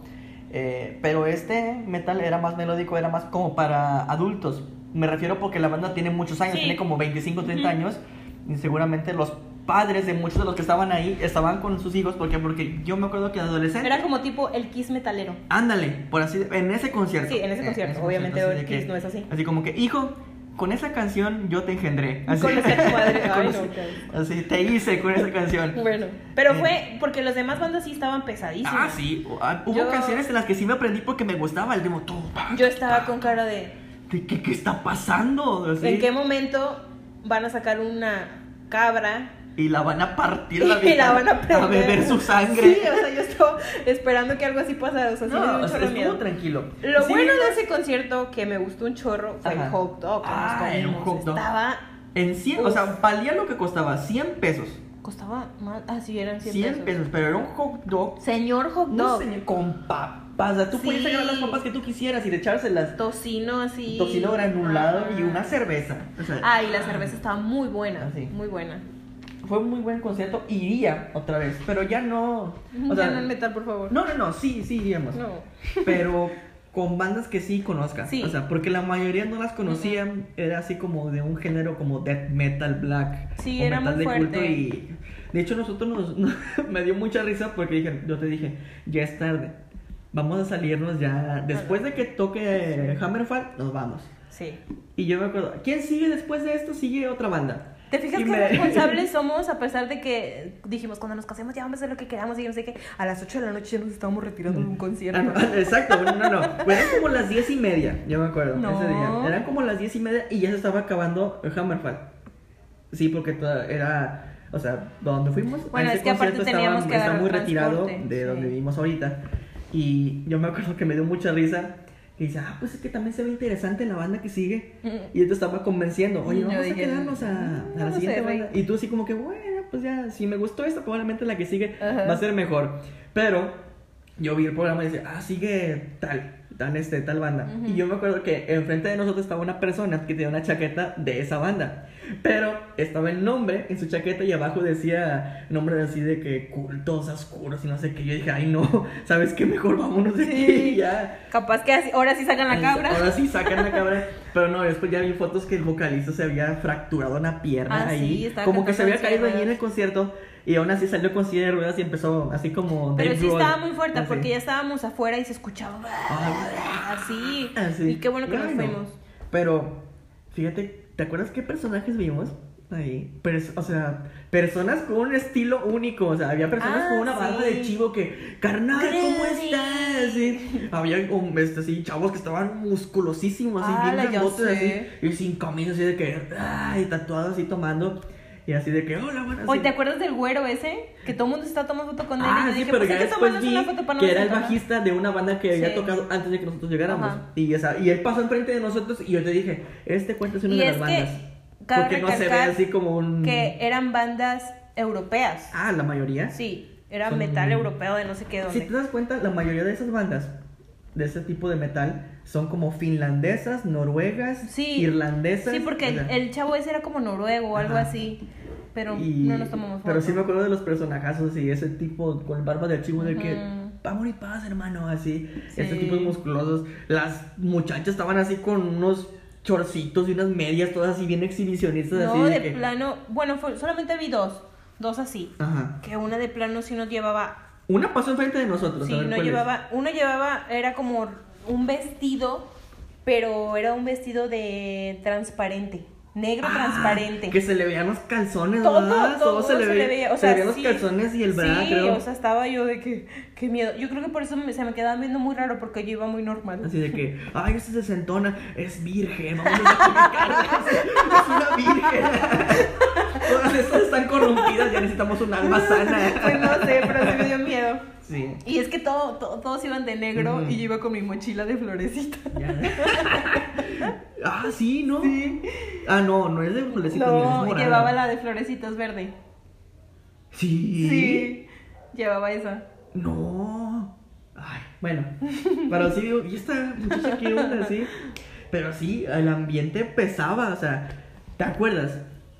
Eh, pero este metal era más melódico, era más como para adultos. Me refiero porque la banda tiene muchos años,
Sí.
tiene como 25, 30
Ujú.
años. Y seguramente los padres de muchos de los que estaban ahí estaban con sus hijos. porque Porque yo me acuerdo que adolescente...
Era como tipo el Kiss metalero.
Ándale, por así en ese concierto.
Sí, en ese
Eh,
concierto, obviamente,
así de
el Kiss no es así.
Así como que, hijo, con esa canción yo te engendré. Así,
Conocí
[LAUGHS]
a tu madre. Ay,
Conocí-
no, qué-
así, te hice con esa
[LAUGHS]
canción.
Bueno, pero fue porque los demás bandas sí estaban pesadísimas.
Ah, sí. o- ah, Hubo
Yo-
canciones en las que sí me aprendí porque me gustaba el demo. Tú, pa,
Yo estaba con cara de,
¿Qué, qué, qué está pasando? Así.
¿en qué momento van a sacar una cabra
Y la van a
[LAUGHS]
partir la
Y la van
[LAUGHS]
a
a
prender.
beber su sangre.
Sí, o sea, yo estaba esperando que algo así pasara. O sea, sí me dio
no,
un
o sea,
chorro de
estuvo
miedo.
tranquilo.
Lo
Sí,
bueno de ese concierto que me gustó un chorro fue
Ajá.
el hot dog. que nos
Ah, el
comimos.
hot dog.
Estaba,
En 100, o sea, valía lo que costaba, 100 pesos.
costaba más, ah, sí, eran 100,
100 pesos, pero era un hot dog.
Señor hot
No,
dog,
señor, con papas. O sea, tú
Sí.
podías agarrar las papas que tú quisieras y echárselas.
tocino así.
Tocino granulado
Ajá.
y una cerveza. O sea,
Ah, y la cerveza estaba muy buena,
Ah, sí.
muy buena.
Fue un muy buen concierto. Iría otra vez, pero ya no. O sea,
Ya no en metal, por favor.
no, no, no, sí, sí iríamos.
No.
Pero con bandas que sí conozcas.
Sí.
O sea, porque la mayoría no las conocían. Era así como de un género como death metal, black.
Sí,
o
era
metal
muy
de culto
fuerte.
y. De hecho, nosotros nos, [LAUGHS] me dio mucha risa porque dije, yo te dije, ya es tarde. Vamos a salirnos ya. Después de que toque Hammerfall, nos vamos.
Sí.
Y yo me acuerdo, ¿quién sigue después de esto? Sigue otra banda.
¿Te fijas
Y
que
me- [LAUGHS]
responsables somos a pesar de que dijimos cuando nos casemos ya vamos a hacer lo que queramos y no sé qué? A las 8 de la noche ya nos estábamos retirando de un
Ah,
concierto.
no, Exacto, no, no, no. Pues Eran como las diez y media, yo me acuerdo.
No.
Ese día. Eran como las diez y media y ya se estaba acabando el Hammerfall. Sí, porque toda- era. O sea, donde fuimos.
Bueno,
a ese
es que aparte
concierto
teníamos que
Está
agarrar
muy retirado
transporte,
de
sí.
donde vivimos ahorita. Y yo me acuerdo que me dio mucha risa. Y dice, ah, pues es que también se ve interesante la banda que sigue. Y yo te estaba convenciendo, oye,
Yo
vamos a
dije,
quedarnos a,
"Mm,
a la
no
siguiente
sé,
banda".
güey.
Y tú así como que, bueno, pues ya, si me gustó esta, probablemente la que sigue
Ajá.
va a ser mejor. Pero yo vi el programa y decía, ah, sigue tal, tal este, tal banda.
Ujú.
Y yo me acuerdo que enfrente de nosotros estaba una persona que tenía una chaqueta de esa banda. Pero estaba el nombre en su chaqueta y abajo decía nombre así de que cultos, oscuros y no sé qué. Yo dije, ay no, [LAUGHS] ¿sabes qué? Mejor vámonos de aquí [LAUGHS]
Sí.
y ya.
[LAUGHS] Capaz que así- ahora sí sacan la cabra.
Ahora sí sacan la cabra. Pero no, después ya vi fotos que el vocalista se había fracturado una pierna
Ah, sí,
ahí.
estaba
como que se
cantando
había
en silla
caído
de
ahí en el
ruedas.
concierto. Y aún así salió con silla de ruedas y empezó así como.
Pero
Dave
sí
Grohl,
estaba muy fuerte
así.
porque ya estábamos afuera y se escuchaba
Ah,
así.
así.
Y qué bueno que nos
Bueno,
fuimos.
Pero, fíjate, ¿te acuerdas qué personajes vimos? Ahí, Pers- o sea, personas con un estilo único, o sea, había personas
Ah,
con una barba
sí.
de chivo que, carnal, ¿cómo
Groovy.
estás? Sí. Había um, este, así, chavos que estaban musculosísimos, así,
Ala,
bien
ya
grandotes, así,
sé.
y sin camisa, así de que, ay, tatuados, así tomando, y así de que, hola, buenas
Oye, ¿te acuerdas del güero ese? Que todo el mundo está tomando foto con él. y
Ah,
yo
sí,
dije,
pero
pues
ya
hay que
después
tomarnos
vi
una foto para
que
no
era el
sentarnos.
bajista de una banda que había
Sí.
tocado antes de que nosotros llegáramos.
Ajá.
Y, esa- y él pasó enfrente de nosotros y yo te dije, este cuento es una
Y
de
es
las bandas.
que, cabe
Porque no se ve
recalcar
así como un...
que eran bandas europeas.
Ah, la mayoría.
Sí, era
Son-
metal europeo de no sé qué
Si
dónde.
te das cuenta, la mayoría de esas bandas, de ese tipo de metal, son como finlandesas, noruegas,
Sí.
irlandesas.
Sí, porque
o
el,
sea,
el chavo ese era como noruego o algo
Ajá.
así. Pero
y-
no nos tomamos
Pero
foto.
sí me acuerdo de los personajazos y ese tipo con barba de chivo de que
Ujú.
vamos y paz, hermano, así.
Sí.
Ese tipo de musculosos. Las muchachas estaban así con unos chorcitos y unas medias todas así bien exhibicionistas
No,
así de
de
que-
plano. Bueno, fue- solamente vi dos. Dos así.
Ajá.
Que una de plano sí nos llevaba
Una pasó enfrente de nosotros,
Sí,
a ver
no
cuál es.
llevaba, uno llevaba, era como un vestido, pero era un vestido de transparente, negro
Ah,
transparente.
Que se le veían los calzones,
todo,
¿verdad?
todo,
se le, ve-
veía, o
se le
sea,
veían
sí,
los calzones y el bra,
Sí,
creo.
o sea, estaba yo de que, qué miedo. Yo creo que por eso me- se me quedaba viendo muy raro, porque yo iba muy normal.
Así de que, ay, esa sesentona es virgen, vamos a sacrificarla, [LAUGHS] es una virgen. Todas estas están corrompidas, ya necesitamos un alma sana.
[LAUGHS] Pues no sé, pero sí me dio miedo.
Sí.
Y es que todo, todo- todos iban de negro
Ujú.
y yo iba con mi mochila de florecita.
ya. ah, sí, ¿no? Ah, no, no es de [LAUGHS] florecitas, es
No,
morada.
llevaba la de florecitas verde.
Sí.
Sí, llevaba esa.
No. Ay, bueno. Pero sí, digo, ¿y esta muchacha qué onda? Sí. Pero sí, el ambiente pesaba, o sea, ¿te acuerdas?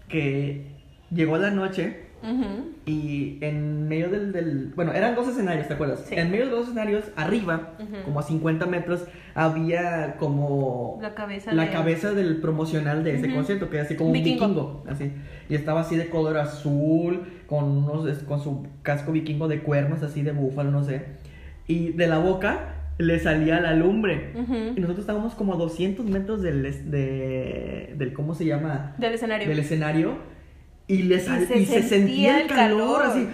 Que llegó la noche
Ujú.
Y en medio del, del- Bueno, eran dos escenarios, ¿te acuerdas?
Sí.
En medio de los dos escenarios, arriba,
Ujú.
como a 50 metros, había como.
La cabeza
la
de-
cabeza del promocional de ese
Ujú.
concierto, que era así como
Vikingo.
un vikingo. Así. Y estaba así de color azul, con, unos, es- con su casco vikingo de cuernos, así de búfalo, no sé. Y de la boca le salía la lumbre.
Ujú.
Y nosotros estábamos como a 200 metros del. es- de- del ¿Cómo se llama?
Del escenario.
del escenario y, le sal-
Y se
y se sentía el calor, así.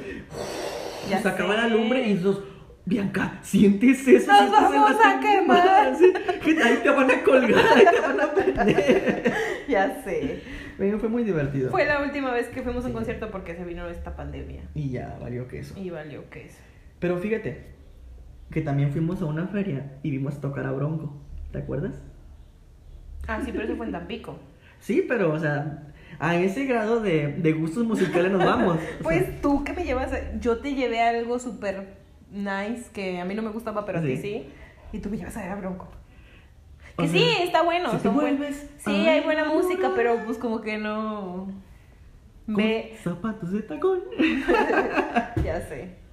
Ya
sacaba
sé.
la lumbre y nosotros, Bianca, sientes eso.
Nos
sientes
vamos
en la
a quemar".
[LAUGHS]
[LAUGHS]
quemada, así, que ahí te van a colgar, ahí te van a prender.
[LAUGHS] Ya sé.
Bueno, fue muy divertido.
Fue la última vez que fuimos a un concierto porque se vino esta pandemia.
Y ya valió que eso.
Y valió que eso.
Pero fíjate, que también fuimos a una feria y vimos tocar a Bronco. ¿Te acuerdas?
Ah, sí, pero eso fue en Tampico.
Sí, pero, o sea, a ese grado de, de gustos musicales nos vamos. O sea,
[LAUGHS] Pues tú que me llevas, a- yo te llevé algo súper nice que a mí no me gustaba, pero a ti
Sí.
sí. Y tú me llevas a ver a Bronco.
o
Que
sea,
sí, está bueno.
si te
son buen-
vuelves
Sí, hay buena
a
música,
enamorar
pero pues como que no.
con
Ve.
Zapatos de tacón.
Ya sé.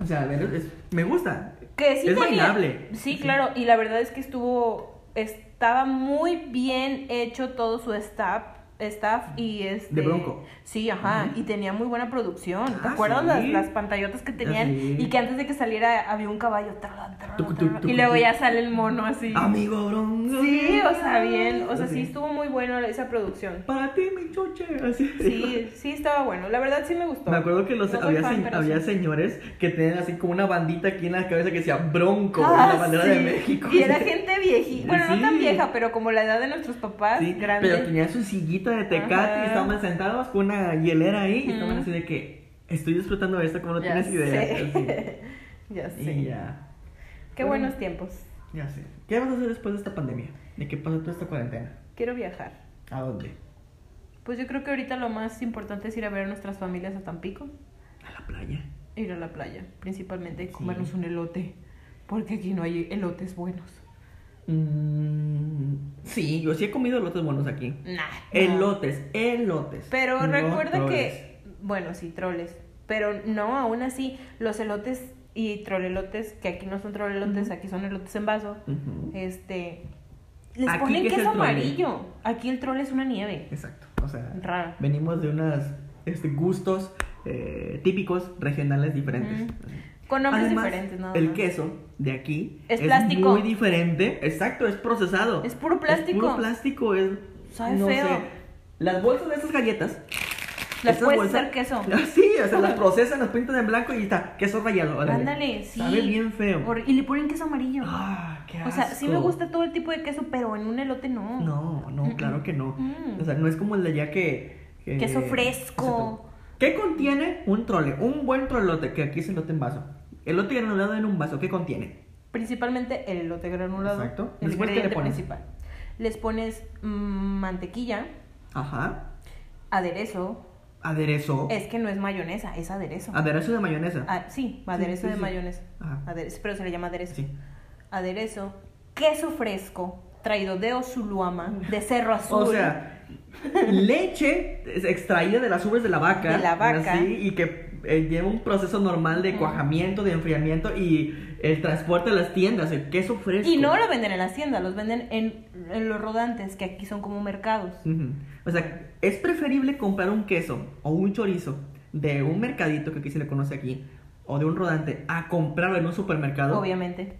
O sea, a ver, es- me gusta.
Que sí
Es
tenía-
bailable.
Sí,
Sí.
claro. Y la verdad es que estuvo. Estaba muy bien hecho todo su staff. Staff y este.
De Bronco.
Sí, ajá.
Ujú.
Y tenía muy buena producción. ¿Te
Ah,
acuerdas
sí.
las, las pantallotas que tenían?
sí.
Y que antes de que saliera había un caballo. tarra, tarra,
Tucu,
tarra,
tucu,
y luego
tucu. Ah,
ya sale el mono así.
Amigo Bronco.
Sí, o sea, bien. O sea, sí
Así.
estuvo muy bueno esa
[LAUGHS]
producción.
Para ti, mi choche. Así.
Sí, sí estaba bueno. La verdad sí me gustó.
[LAUGHS] Me acuerdo que los,
No soy
había,
fan,
se-
pero
había
sí.
señores que tenían así como una bandita aquí en la cabeza que decía Bronco,
Ah,
la bandera
sí.
de México.
Y era gente viejita. Bueno, no tan
Sí.
vieja, pero como la edad de nuestros
[LAUGHS]
papás,
Sí,
grande.
pero tenían su sillita de tecate
Ajá.
y estaban sentados con una hielera ahí y estaban
Ujú.
así de que estoy disfrutando de esto como no
Ya
tienes idea.
sé. [LAUGHS] ya
Así.
sé.
Y ya,
Qué
Bueno.
buenos tiempos.
ya sé. ¿Qué vas a hacer después de esta pandemia? ¿De qué pasa toda esta cuarentena?
Quiero viajar.
¿A dónde?
Pues yo creo que ahorita lo más importante es ir a ver a nuestras familias a Tampico,
A la playa.
ir a la playa, principalmente y
Sí.
comernos un elote, porque aquí no hay elotes buenos.
Mm, sí, yo sí he comido elotes buenos aquí.
Nah. no.
Elotes, elotes.
Ah. Pero
No
recuerda
troles.
que, bueno, sí, troles. Pero no, aún así, los elotes y trolelotes, que aquí no son trolelotes,
Ujú.
aquí son elotes en vaso,
Ujú.
este. Les
Aquí,
ponen
¿qué es
queso
el trole?
amarillo. Aquí el trole es una nieve.
Exacto, o sea,
Rara.
venimos de unos gustos eh, típicos regionales diferentes.
Con nombres
Además,
diferentes, nada
El
más.
queso de aquí
Es plástico.
muy diferente. Exacto, es procesado.
Es puro plástico.
Es puro plástico, es.
Sabe
no
feo.
sé. Las bolsas de esas galletas.
Las
esas
puedes hacer queso.
Sí, o sea, las procesan, las pintan en blanco y está queso rallado. [LAUGHS] órale.
Ándale, sí.
Sabe bien feo.
Hor- Y le ponen queso amarillo.
Ah, qué
o sea, sí me
asco.
gusta todo el tipo de queso, pero en un elote no.
No, no,
Mm-mm.
claro que no.
Mm.
O sea, no es como el de allá que. que-
Queso fresco.
¿Qué contiene un trole? Un buen trolelote, que aquí es elote en vaso. Elote granulado en un vaso, ¿qué contiene?
Principalmente el elote granulado.
Exacto.
El
Después, ¿qué le
ingrediente
pones?
principal. Les pones mm, mantequilla,
Ajá.
aderezo.
Aderezo.
Es que no es mayonesa, es aderezo.
Aderezo de mayonesa.
Ah, sí, aderezo
sí,
de
sí.
mayonesa.
Ajá.
Aderezo, pero se le llama aderezo.
Sí.
Aderezo, queso fresco, traído de Osuluama,
[LAUGHS]
de Cerro Azul.
O sea, leche es extraída de las uvas de la vaca.
De la vaca.
así, y que eh, lleva un proceso normal de cuajamiento, de enfriamiento y el transporte a las tiendas, el queso fresco.
y no lo venden en la hacienda, los venden en, en los rodantes, que aquí son como mercados.
Ujú. O sea, es preferible comprar un queso o un chorizo de un mercadito que aquí se le conoce aquí o de un rodante a comprarlo en un supermercado.
Obviamente.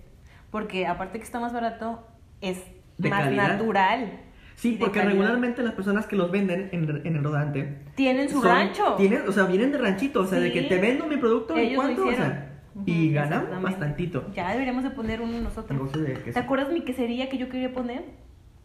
Porque aparte que está más barato, es
De
más
calidad.
natural. y
Sí,
de
porque
calidad.
regularmente las personas que los venden en, en el rodante
Tienen su
son-
rancho.
Tienen, o sea, vienen de ranchito, o sea, de
Sí.
que te vendo mi producto y
Ellos lo
cuánto, o
hicieron.
sea, y
Ujú,
ganan
exactamente.
bastantito.
Ya deberíamos de poner uno nosotros.
Negocio de queso.
¿Te acuerdas mi quesería que yo quería poner?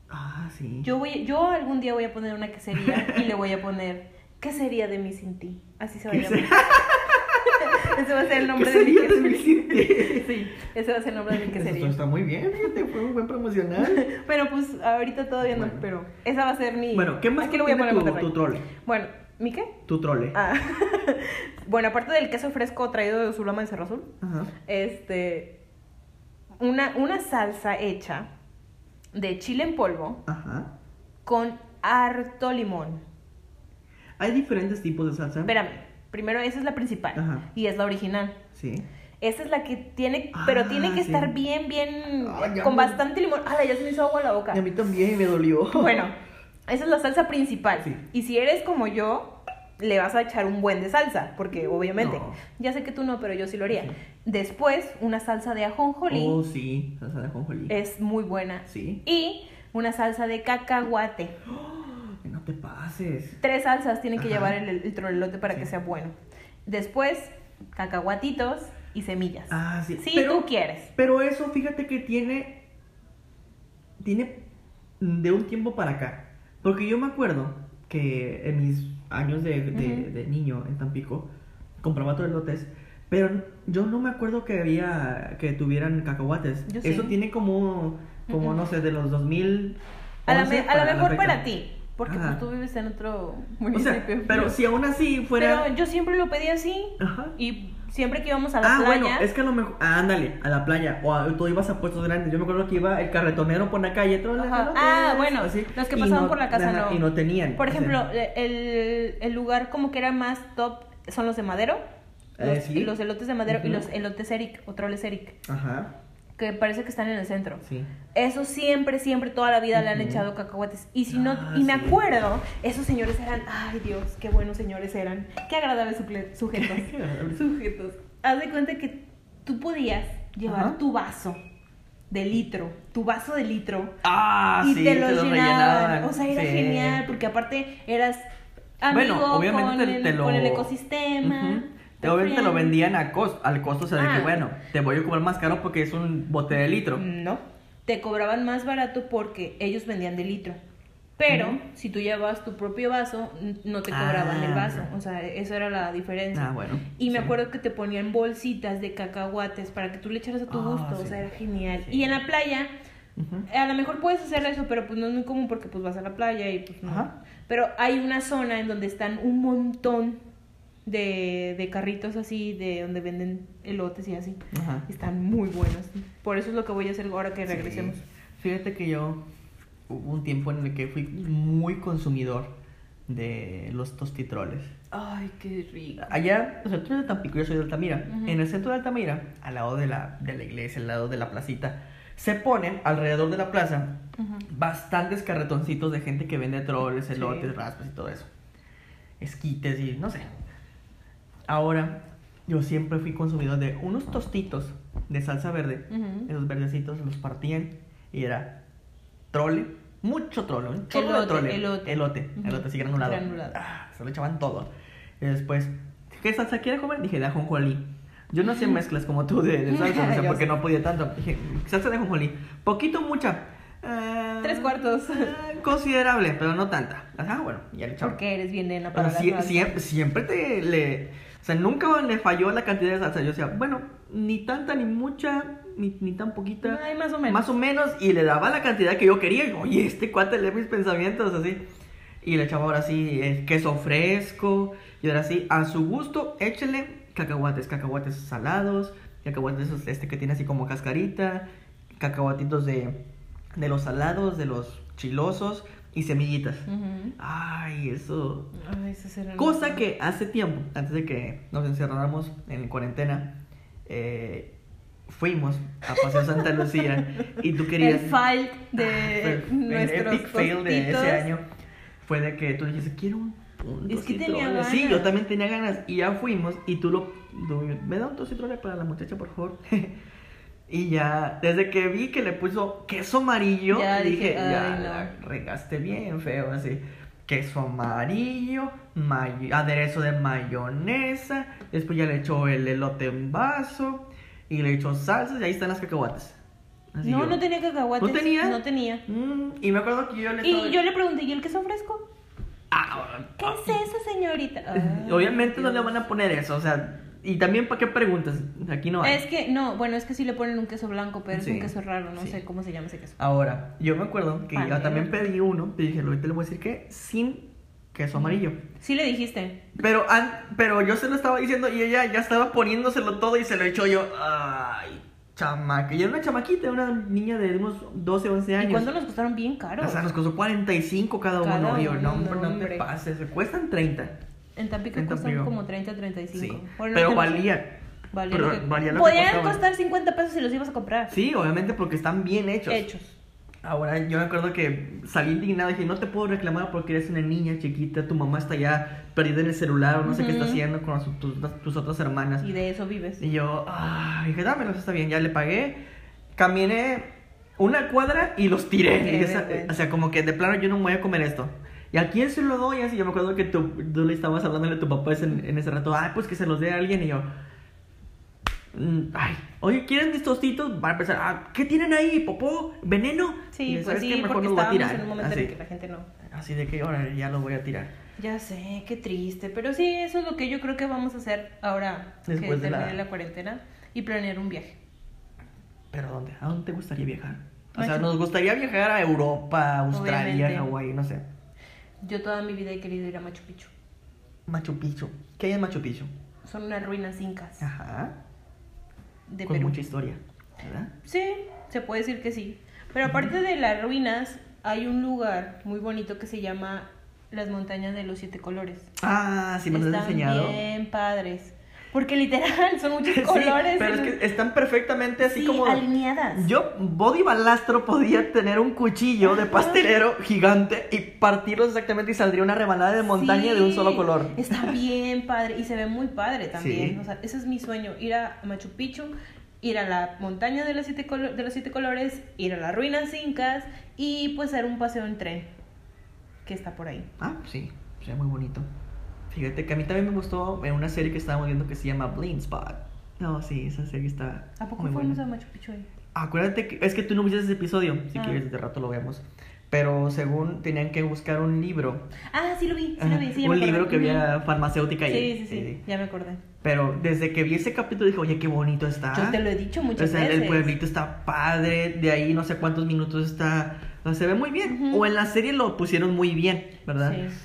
Ah, sí.
Yo voy, yo algún día voy a poner una quesería y le voy a poner ¿Qué sería de mí sin ti? Así se va a
¿Qué
llamar. [LAUGHS] ese va a ser el nombre
¿Qué
de mi
sería de mí
quesería.
sin ti?
[LAUGHS] sí, ese va a ser el nombre de
[LAUGHS]
mi
Eso
quesería.
está muy bien, fíjate, fue un buen promocional.
Pero pues ahorita todavía no,
Bueno.
pero esa va a ser mi
bueno, ¿qué más
Aquí lo voy a
tiene
poner
tu,
Monterrey.
tu trole?
Bueno, ¿mi qué?
Tu trole.
Ah. [LAUGHS] bueno, aparte del queso fresco traído de Usulama de Cerro Azul,
Ajá.
este una una salsa hecha de chile en polvo
Ajá.
con harto limón.
Hay diferentes tipos de salsa.
Espérame, primero esa es la principal
Ajá.
y es la original.
Sí.
Esa es la que tiene,
Ah,
pero tiene que
sí.
estar bien, bien,
Ay, ya
con
me-
bastante limón. ¡Hala, ya se me hizo agua la boca!
Y a mí también me dolió.
Bueno,
[LAUGHS]
esa es la salsa principal.
Sí.
Y si eres como yo, le vas a echar un buen de salsa, porque obviamente,
No.
ya sé que tú no, pero yo sí lo haría.
Sí.
Después, una salsa de ajonjolí
Oh, sí, salsa de ajonjolí.
es muy buena.
Sí. [GASPS]
Y una salsa de cacahuate.
No te pases.
Tres salsas tienen que
Ajá.
llevar el, el trolelote para
Sí.
que sea bueno. Después, cacahuatitos y semillas.
Ah, sí.
si
pero,
tú quieres.
pero eso, fíjate que tiene. Tiene. De un tiempo para acá. Porque yo me acuerdo que en mis años de, de-
Ujú.
de niño en Tampico compraba lotes pero yo no me acuerdo que había que tuvieran cacahuates.
Yo
Eso
sí.
tiene como, como
Ujú.
no sé, de los 2000.
A la, me- a la mejor
fecha.
para ti, porque
Ajá.
pues, tú vives en otro
O
municipio.
sea, pero si aún así fuera.
Pero yo siempre lo pedí así
Ajá.
y siempre que íbamos a
Ah,
la playa.
bueno, es que a lo mejor. Ah, ándale, a la playa. O a- tú ibas a puestos grandes. Yo me acuerdo que iba el carretonero por la calle. "Tráele
Ajá.
elotes",
Ah, bueno,
pues, así,
los que
y
pasaban
no-
por la casa
ajá,
no.
Y no tenían.
Por
o sea,
ejemplo, el, el lugar como que era más top son los de madero. Los,
Eh, sí.
los elotes de madero y
Ujú.
los elotes Eric o troles Eric,
Ajá,
que parece que están en el centro.
sí.
Eso siempre, siempre, toda la vida le han
Ujú.
echado cacahuates. Y si no,
Ah,
y me
sí.
acuerdo, esos señores eran, ay Dios, qué buenos señores eran, qué agradables
[LAUGHS]
suple- sujetos. sujetos. Haz de cuenta que tú podías llevar
Ajá.
tu vaso de litro, tu vaso de litro,
Ah,
y
sí,
te, lo
los
llenaban.
rellenaban,
O sea, era
sí.
genial, porque aparte eras amigo
Bueno, obviamente
con,
te-
el,
te lo-
con el ecosistema.
Ujú. Te,
tu
obviamente te lo
friend.
vendían a costo, al costo, o sea, de
Ah. Mm,
que bueno, te voy a cobrar más caro porque es un bote de litro.
No, te cobraban más barato porque ellos vendían de litro. Pero
Ujú.
si tú llevabas tu propio vaso, n- no te cobraban
Ah.
el vaso. O sea, eso era la diferencia.
Ah, bueno.
Y me
sí.
acuerdo que te ponían bolsitas de cacahuates para que tú le echaras a tu
Ah,
gusto.
sí.
O sea, era genial.
Sí.
Y en la playa,
Ujú.
a lo mejor puedes hacer eso, pero pues no es muy común porque pues vas a la playa y pues no.
Ajá.
Pero hay una zona en donde están un montón de, de carritos así, de donde venden elotes y así.
Ajá.
Están muy buenos. Por eso es lo que voy a hacer ahora que
Sí.
regresemos.
Fíjate que yo hubo un tiempo en el que fui muy consumidor de los tostitroles.
Ay, qué rico.
Allá, o sea, tú eres de Tampico, yo soy de Altamira.
Ujú.
En el centro de Altamira, al lado de la, de la iglesia, al lado de la placita, se ponen alrededor de la plaza bastantes carretoncitos de gente que vende troles,
Sí.
elotes, raspas y todo eso. Esquites y no sé. Ahora, yo siempre fui consumidor de unos tostitos de salsa verde. Esos verdecitos los partían y era trole, mucho trole, un chorro de
Elote,
trole.
elote.
Elote,
Ujú.
elote así granulado.
Granulado.
Ah, se lo echaban todo. Y después, ¿qué salsa quiere comer? Dije, de ajonjolí. Yo no hacía mezclas como tú de,
[LAUGHS]
de salsa, no sé
Yo
por qué
sí.
no podía tanto. Dije, salsa de ajonjolí, poquito, mucha. Eh,
Tres cuartos.
eh, Considerable, pero no tanta. Ajá, bueno, ya le echaba.
Porque eres bien nena
O sea,
para las
sie-
salsas.
siempre, siempre te le. O sea, nunca le falló la cantidad de salsa. Yo decía, bueno, ni tanta, ni mucha, ni, ni tan poquita.
Ay, más o menos.
Más o menos, y le daba la cantidad que yo quería. Y, Oye, este cuate lee mis pensamientos, así. Y le echaba ahora sí eh, queso fresco. Y ahora sí, a su gusto, échele cacahuates, cacahuates salados, cacahuates esos, este que tiene así como cascarita, cacahuatitos de, de los salados, de los chilosos y semillitas.
Mm. Ujú.
Ay, eso.
Ay, esas eran-
Cosa que hace tiempo, antes de que nos encerráramos en cuarentena, eh, fuimos a Paseo Santa Lucía y tú
El
querías.
fail
Ah,
de
el- el
[LAUGHS] nuestros
epic fail de ese
tostitos.
año fue de que tú dijiste, quiero un. un
Es que
tocitrole".
tenía ganas.
Sí, yo también tenía ganas y ya fuimos y tú lo. tú- Me da un tocitrole para la muchacha, por favor. [LAUGHS] Y ya, desde que vi que le puso queso amarillo,
Ya
dije,
dije,
ya
"Ay,
la regaste bien feo, así. Queso amarillo, may- aderezo de mayonesa, después ya le echó el elote en vaso y le echó salsas y ahí están las cacahuates. Así
No,
yo,
no tenía cacahuates.
¿No tenía?
No tenía.
"Mm", y me acuerdo que yo le estaba-
Y yo le pregunté, ¿y el queso fresco?
Ah,
¿Qué
[LAUGHS]
es eso, señorita? Ay,
Obviamente no le
Dios.
van a poner eso, o sea, y también para qué preguntas, aquí no hay.
Es que, no, bueno, es que sí le ponen un queso blanco, pero
Sí,
es un queso raro, no
sí.
sé cómo se llama ese queso.
Ahora, yo me acuerdo que yo
Panela.
también pedí uno y dije, ahorita le voy a decir que sin queso amarillo.
Sí le dijiste.
Pero, an- pero yo se lo estaba diciendo y ella ya estaba poniéndoselo todo y se lo echó yo. Ay, chamaca. Yo era una chamaquita, una niña de unos 12, 11 años.
¿Y cuándo nos costaron bien caros?
O sea, nos costó 45 cada,
Cada
uno. Digo, no,
uno,
hombre, no te
hombre.
pases. Cuestan 30.
En Tampico
En
cuestan
Tampico.
como 30, 35.
Sí.
Bueno,
pero
no sé,
valía.
valía
pero
lo que-
valía lo que
Podían
costaban.
costar 50 pesos si los ibas a comprar.
Sí, obviamente porque están bien hechos.
Hechos.
Ahora yo me acuerdo que salí indignado y dije, no te puedo reclamar porque eres una niña chiquita, tu mamá está ya perdida en el celular o no sé qué está
Ujú.
haciendo con las- tus, tus otras hermanas.
Y de eso vives.
Y yo, ah, dije, dámelos, está bien, ya le pagué. Caminé una cuadra y los tiré.
Qué
Y esa-
vergüenza.
o sea, como que de plano yo no me voy a comer esto. ¿Y a quién se lo doy? Así yo me acuerdo que tú, tú le estabas hablándole a tu papá ese- en, ese rato, ay, pues que se los dé a alguien. Y yo, mm, ay, oye, ¿quieren mis tostitos? Van a pensar, ah, ¿qué tienen ahí? ¿Popó? ¿Veneno? Y
Sí,
yo,
pues
"¿Sabes
sí,
qué? Mejor
porque
los voy a
estábamos
tirar". Ah,
en un momento en
Así.
el que la gente no.
Así de que ahora ya lo voy a tirar.
Ya sé, qué triste, pero sí, eso es lo que yo creo que vamos a hacer ahora
Después
que
de la-
termine la... cuarentena y planear un viaje.
¿Pero dónde? ¿A dónde te gustaría viajar? O sea,
México.
nos gustaría viajar a Europa, Australia,
Obviamente.
Hawái, no sé.
Yo toda mi vida he querido ir a Machu Picchu.
Machu Picchu. ¿Qué hay en Machu Picchu?
Son unas ruinas incas
Ajá.
de
Ah, Con
Perú.
mucha historia, ¿verdad?
Sí, se puede decir que sí. Pero aparte de las ruinas, hay un lugar muy bonito que se llama las montañas de los siete colores.
Ah, sí me lo has
Están
enseñado.
bien padres. Porque literal son
[LAUGHS]
muchos
Sí,
colores.
pero es
en-
que están perfectamente así
sí,
como...
alineadas.
Yo, Body Balastro, podía tener un cuchillo de pastelero gigante y partirlo exactamente y saldría una rebanada de montaña de un
Sí,
solo color. [LAUGHS]
Está bien padre y se ve muy padre también.
Sí.
O sea, ese es mi sueño, ir a Machu Picchu, ir a la montaña de los siete, colo- de los siete colores, ir a las ruinas incas y pues hacer un paseo en tren que está por ahí.
Ah, sí, sería muy bonito. Fíjate que a mí también me gustó en una serie que estábamos viendo que se llama Blind Spot. No, sí, esa serie está.
¿A poco
muy
fuimos
buena.
a Machu Picchu ahí?
Acuérdate que es que tú no viste ese episodio, si
Ah.
quieres de rato lo vemos. Pero según tenían que buscar un libro,
Ah, sí lo vi, sí
Ajá,
lo vi. Sí, ya
un
me acordé.
libro que había Eh,
Ujú.
farmacéutica y
Sí, sí, sí, ya me acordé.
Pero desde que vi ese capítulo dije, oye, qué bonito está.
Yo te lo he dicho
ah. O
muchas
sea,
veces.
el pueblito está padre, de ahí no sé cuántos minutos está, o sea, se ve muy bien.
Ujú.
O en la serie lo pusieron muy bien, ¿verdad?
Sí.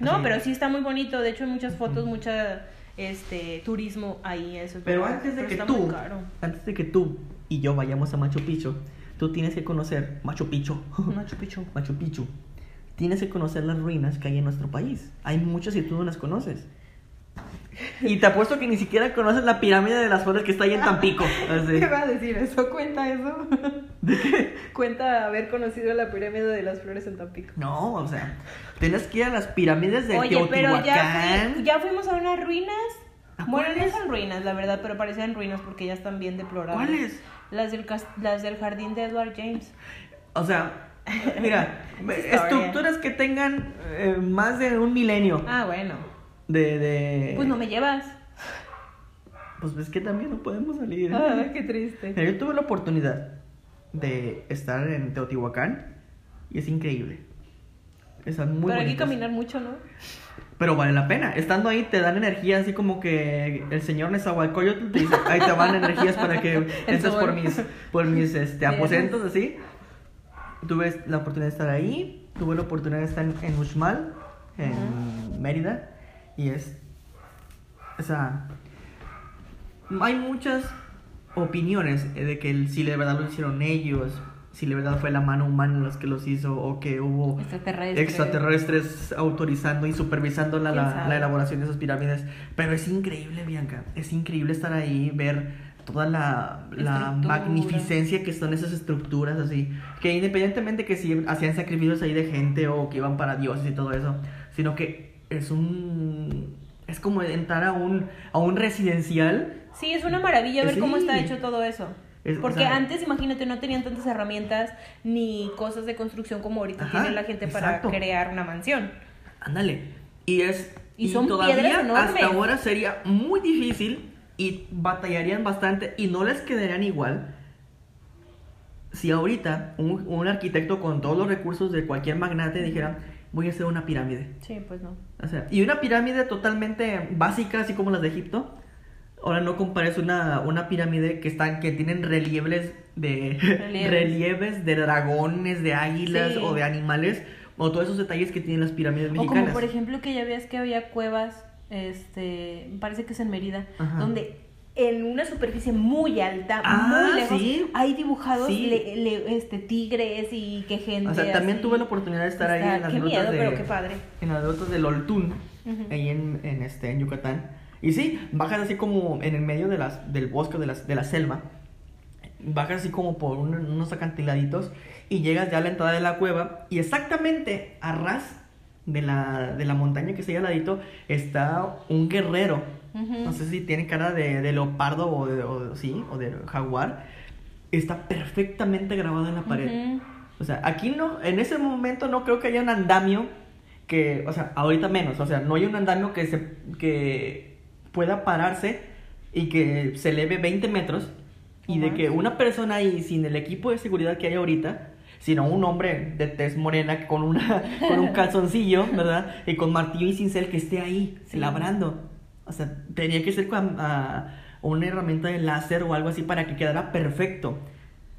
No,
Así.
pero sí está muy bonito. De hecho, hay muchas fotos, mucha este turismo ahí. Eso
Pero antes de que tú, [LAUGHS] antes de que tú y yo vayamos a Machu Picchu, tú tienes que conocer Machu Picchu. [LAUGHS]
Machu Picchu.
Machu Picchu. Tienes que conocer las ruinas que hay en nuestro país. Hay muchas y tú no las conoces. Y te apuesto que ni siquiera conoces la pirámide de las flores que está ahí en
[LAUGHS]
Tampico. Así.
¿Qué va a decir eso? ¿Cuenta
[LAUGHS]
eso? Cuenta haber conocido la pirámide de las flores en Tampico.
No, o sea, tienes que ir a las pirámides de
Oye, pero
Teotihuacán.
ya, fui- ya fuimos a unas ruinas.
¿A
Bueno, no
cuáles?
son ruinas, la verdad, pero parecían ruinas porque ya están bien deploradas.
¿Cuáles?
Las del, cas- las del jardín de Edward James.
O sea,
[LAUGHS]
mira,
historia.
estructuras que tengan eh, más de un milenio
Ah, bueno.
de, de-
Pues no me llevas.
Pues es que también no podemos salir. ¿eh?
Ay, Ah, [LAUGHS] qué triste.
Mira, yo tuve la oportunidad de estar en Teotihuacán y es increíble. Están muy
pero hay que
bonitos.
caminar mucho, ¿no?
Pero vale la pena. Estando ahí te dan energía, así como que el señor Nezahualcóyotl te dice, ahí te van energías para que entres por
sol.
mis, por mis este,
Bien.
aposentos, así. Tuve la oportunidad de estar ahí, tuve la oportunidad de estar en, en Uxmal, en Mérida, y es... O sea, hay muchas opiniones eh, de que el- si de verdad lo hicieron ellos, si de verdad fue la mano humana los que los hizo, o que hubo
Extraterrestre.
extraterrestres autorizando y supervisando la,
¿Quién
la-
sabe?
la elaboración de esas pirámides. Pero es increíble, Bianca. Es increíble estar ahí, ver toda la, la
Estructura.
magnificencia que son esas estructuras así. Que independientemente que si hacían sacrificios ahí de gente o que iban para dioses y todo eso, sino que es un... Es como entrar a un, a un residencial
Sí, es una maravilla ver
Sí.
cómo está hecho todo eso.
Es- o
Porque
sea-
antes, imagínate, no tenían tantas herramientas ni cosas de construcción como ahorita
Ajá,
tiene la gente
exacto.
para crear una mansión.
Ándale. Y es.
Y son piedras enormes.
hasta ahora sería muy difícil y batallarían bastante y no les quedarían igual. Si ahorita un, un arquitecto con todos los recursos de cualquier magnate dijera, voy a hacer una pirámide.
Sí, pues no.
O sea, y una pirámide totalmente básica, así como las de Egipto. Ahora no compares una, una pirámide que están que tienen relieves de [LAUGHS]
Relieves.
relieves de dragones, de águilas
Sí.
o de animales o todos esos detalles que tienen las pirámides
O como
mexicanas.
por ejemplo que ya veas que había cuevas, este, me parece que es en Mérida,
Ajá.
donde en una superficie muy alta,
Ah,
muy lejos,
sí.
hay dibujados
Sí.
le- le- este, tigres y que gente.
O sea, también
así.
tuve la oportunidad de estar ahí
Está-
en las
Qué
grutas
miedo,
de
pero qué padre.
en las grutas del Oltún,
Ujú.
ahí en, en este en Yucatán. Y sí, bajas así como en el medio de las del bosque de las de la selva. Bajas así como por un- unos acantiladitos y llegas ya a la entrada de la cueva y exactamente a ras de la, de la montaña que está ahí al ladito está un guerrero.
Ujú.
No sé si tiene cara de, de leopardo o de, o- sí, o de jaguar. Está perfectamente grabado en la pared.
Ujú.
O sea, aquí no, en ese momento no creo que haya un andamio que, o sea, ahorita menos, o sea, no hay un andamio que se que pueda pararse y que se eleve 20 metros y
O
de
más.
que una persona ahí sin el equipo de seguridad que hay ahorita sino un hombre de tez morena con, una, con un calzoncillo, ¿verdad? Y con martillo y cincel que esté ahí,
Sí.
labrando. O sea, tenía que ser con, ah, una herramienta de láser o algo así para que quedara perfecto.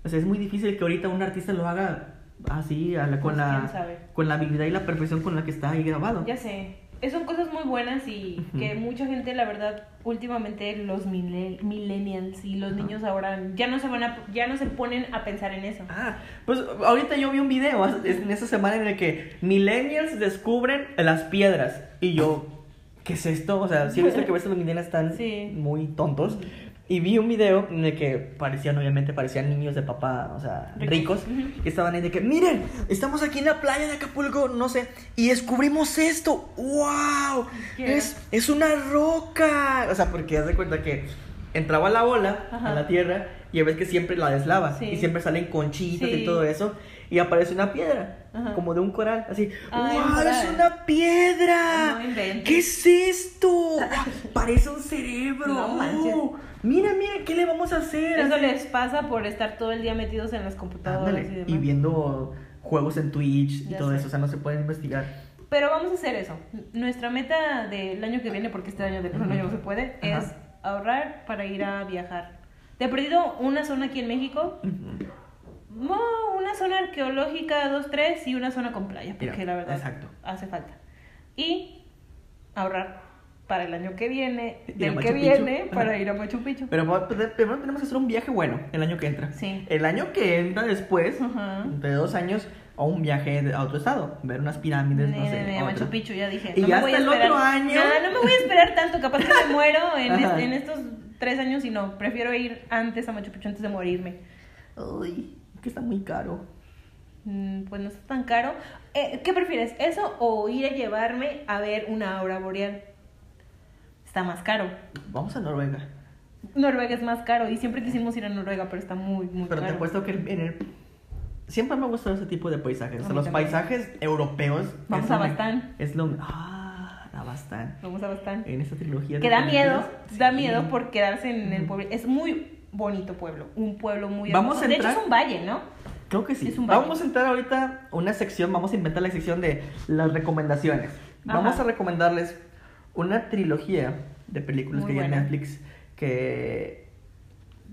O sea, es muy difícil que ahorita un artista lo haga así, a la- con,
Pues, quién
la,
sabe.
con la habilidad y la perfección con la que está ahí grabado.
Ya sé. Eh, Son cosas muy buenas y
Ujú.
que mucha gente, la verdad, últimamente los mille- millennials y los
Ajá.
niños ahora ya no se van a, ya no se ponen a pensar en eso.
Ah, pues ahorita yo vi un video hace- en esa semana en el que millennials descubren las piedras y yo, ¿qué es esto? O sea, sí he visto que a veces los millennials están
Sí.
muy tontos y vi un video en el que parecían, obviamente, parecían niños de papá, o sea,
Ricos.
ricos, que estaban ahí de que, miren, estamos aquí en la playa de Acapulco, no sé, y descubrimos esto, wow,
¿Qué
es, es una roca, o sea, porque haz de cuenta que entraba la ola
Ajá.
a la tierra y ves que siempre la deslava
Sí.
y siempre salen conchitas
Sí.
y todo eso y aparece una piedra
Ajá.
como de un coral así
Ay, un
¡Wow!
coral. Ah,
es una piedra
No inventes.
qué es
[LAUGHS]
esto ¡Guau! parece un cerebro
No manches.
¡Oh! mira mira qué le vamos a hacer
Eso
Así-
les pasa por estar todo el día metidos en las computadoras
Ándale,
y
y
demás.
viendo juegos en Twitch y
Ya
todo
sé.
eso o sea no se puede investigar
Pero vamos a hacer eso. N- Nuestra meta del año que viene, porque este año de plano ya no se puede,
Ajá.
es ahorrar para ir a viajar. Te he perdido una zona aquí en México,
Ujú.
no, una zona arqueológica, dos, tres, y una zona con playa, porque
Mira,
la verdad
exacto.
hace falta. Y ahorrar para el año que viene,
Ir a
del
Machu
que
Picchu.
viene,
Ajá.
para ir a Machu Picchu.
pero va- pues, primero tenemos que hacer un viaje bueno el año que entra
Sí.
el año que entra después
Ajá.
de dos años a un viaje de- a otro estado, ver unas pirámides, no
Ne-
sé.
ne- ne-
otra.
Machu Picchu, ya dije.
Y
no
ya
me voy
hasta
a
el otro
esperar-
año.
No, no me voy a esperar tanto. Capaz que
[LAUGHS]
me muero en,
Ajá.
este- en estos tres años y no. Prefiero ir antes a Machu Picchu antes de morirme.
Ay, que está muy caro.
Mm, Pues no está tan caro. Eh, ¿Qué prefieres, eso o ir a llevarme a ver una aurora boreal? Está más caro.
Vamos a Noruega.
Noruega es más caro y siempre quisimos ir a Noruega, pero está muy, muy
Pero te
caro.
apuesto que en el... Siempre me ha gustado ese tipo de paisajes. O
A
sea,
mí
los
también.
paisajes europeos.
Vamos
es
a
lo me-
Baztán.
Es lo... Ah, a Bastán.
Vamos a bastante.
En esta trilogía.
Que
de
da miedo,
películas.
da
Sí.
miedo por quedarse en el
Ujú.
pueblo. Es muy bonito pueblo, un pueblo muy hermoso.
Vamos a
De hecho es
entrar-
un valle, ¿no?
Creo que sí.
Es un valle.
vamos a entrar ahorita a una sección, vamos a inventar la sección de las recomendaciones. Vamos
Ajá.
a recomendarles una trilogía de películas
Muy
que hay en
buena.
Netflix que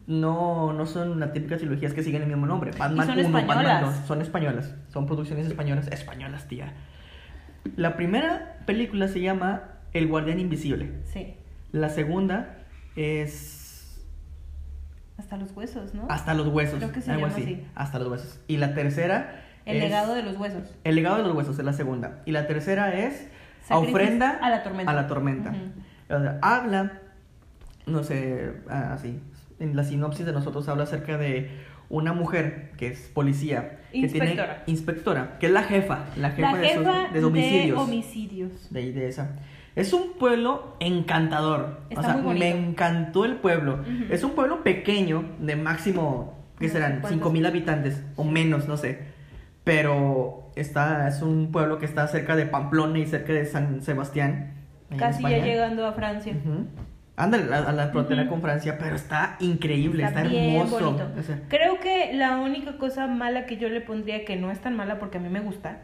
no, no son las típicas trilogías que siguen el mismo nombre. Batman
son
1,
españolas.
Batman 2, son españolas. Son producciones españolas. Españolas, tía. La primera película se llama El Guardián Invisible.
Sí.
La segunda es
Hasta los huesos, ¿no?
Hasta los Huesos.
Creo que se
algo
llama
así.
así.
Hasta los Huesos. Y la tercera
el
es-
legado de los huesos.
el legado de los huesos es la segunda. Y la tercera es
Sacrificio
ofrenda
a la tormenta.
a la tormenta. O sea, habla, no sé, ah, así, en la sinopsis de nosotros habla acerca de una mujer que es policía. Que tiene,
Inspectora.
inspectora, que es la jefa, la jefa,
La
de, esos-
jefa
de
de homicidios.
homicidios. De ahí de esa. Es un pueblo encantador.
Está
o sea,
muy bonito.
me encantó el pueblo.
Ujú.
Es un pueblo pequeño, de máximo, ¿qué
No sé
serán?
cuántos.
5000 habitantes o menos, no sé. Pero está, es un pueblo que está cerca de Pamplona y cerca de San Sebastián. ahí en
Casi ya
España.
llegando a Francia.
Ujú. Ándale, a, a la frontera
Ujú.
con Francia, pero está increíble, está,
bien
hermoso.
bonito.
O sea,
Creo que la única cosa mala que yo le pondría, que no es tan mala porque a mí me gusta,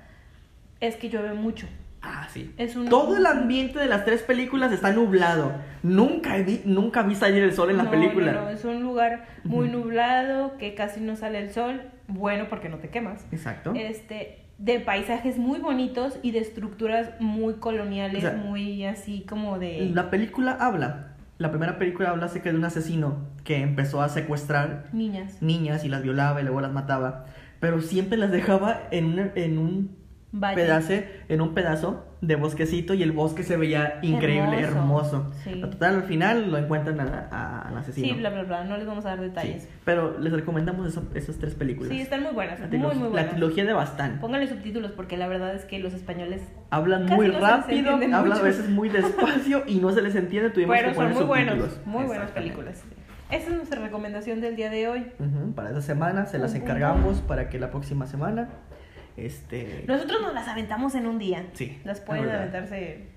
es que llueve mucho.
ah, sí.
Es un...
Todo el ambiente de las tres películas está nublado. Nunca vi, nunca vi salir el sol en la
No,
película.
no, no, es un lugar muy
Ujú.
nublado, que casi no sale el sol. Bueno, porque no te quemas.
Exacto.
Este, de paisajes muy bonitos y de estructuras muy coloniales,
O sea,
muy así como de...
La película habla, la primera película habla acerca de un asesino que empezó a secuestrar
Niñas.
niñas y las violaba y luego las mataba, pero siempre las dejaba en un, en un
Valle.
pedazo, en un pedazo de bosquecito y el bosque se veía increíble, hermoso.
Hermoso, sí.
Total, al final lo encuentran a la- a- al asesino.
Sí, bla, bla, bla. No les vamos a dar
Sí,
detalles.
Pero les recomendamos eso- esas tres
Sí,
películas.
están muy buenas.
la,
Muy,
trilog-
muy
la
buenas.
trilogía de Bastán.
Pónganle subtítulos porque la verdad es que los españoles
Hablan
Casi
muy
no se les
rápido,
entiende
hablan a
mucho.
veces muy despacio y no se les entiende. Tuvimos
Pero
que
son
poner
muy buenos,
subtítulos.
muy buenas
Exactamente.
películas. Esa es nuestra recomendación del día de hoy.
Ujú, para esta semana se las
Pum, pum,
encargamos para que la próxima semana este
Nosotros nos las aventamos en un día.
Sí,
Las
la
pueden
verdad.
aventarse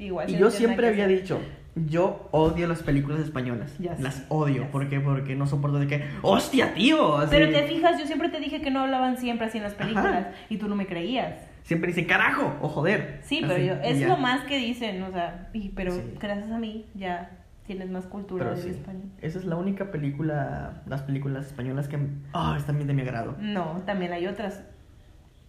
Igual.
Y
si
yo
no tiene
siempre
nada que
había
hacer.
dicho, yo odio las películas españolas.
Ya sé,
Las odio.
ya
¿Por qué? Porque no soporto de que, ¡hostia, tío! Así,
Pero te fijas, yo siempre te dije que no hablaban siempre así en las películas
Ajá.
y tú no me creías.
Siempre dicen, carajo o joder.
Sí, pero
Así,
yo,
y
es
ya.
lo más que dicen, o sea, y, pero
Sí.
gracias a mí ya tienes más cultura
Pero
del
sí,
español.
Esa es la única película, las películas españolas que ah están bien de mi agrado.
No, también hay otras. Mm.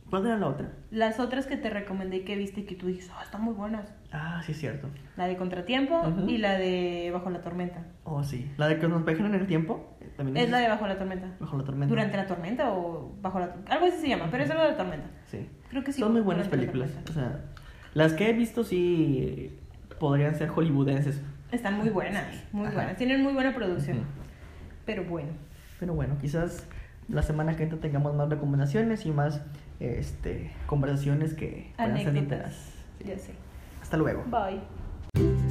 ¿Cuál era la otra?
Las otras que te recomendé que viste y que tú dices, ah, están muy buenas.
Ah, sí es cierto.
La de Contratiempo
Ujú.
y la de Bajo la Tormenta.
Oh, sí. La de que nos viajan en el tiempo. eh, También
Es la de Bajo la Tormenta.
Bajo la tormenta.
Durante la tormenta o bajo la tormenta. Algo así se llama, pero es algo de la tormenta.
Sí.
Creo que sí.
Son muy buenas
Durante la
películas. O
tormenta.
sea, las que he visto sí podrían ser hollywoodenses.
Están muy buenas, muy
Ajá.
buenas. Tienen muy buena producción.
Ujú.
Pero bueno.
Pero bueno, quizás la semana que entra tengamos más recomendaciones y más este, conversaciones que puedan ser
Anécdotas.
íntegras.
Ya sé.
Hasta luego.
Bye.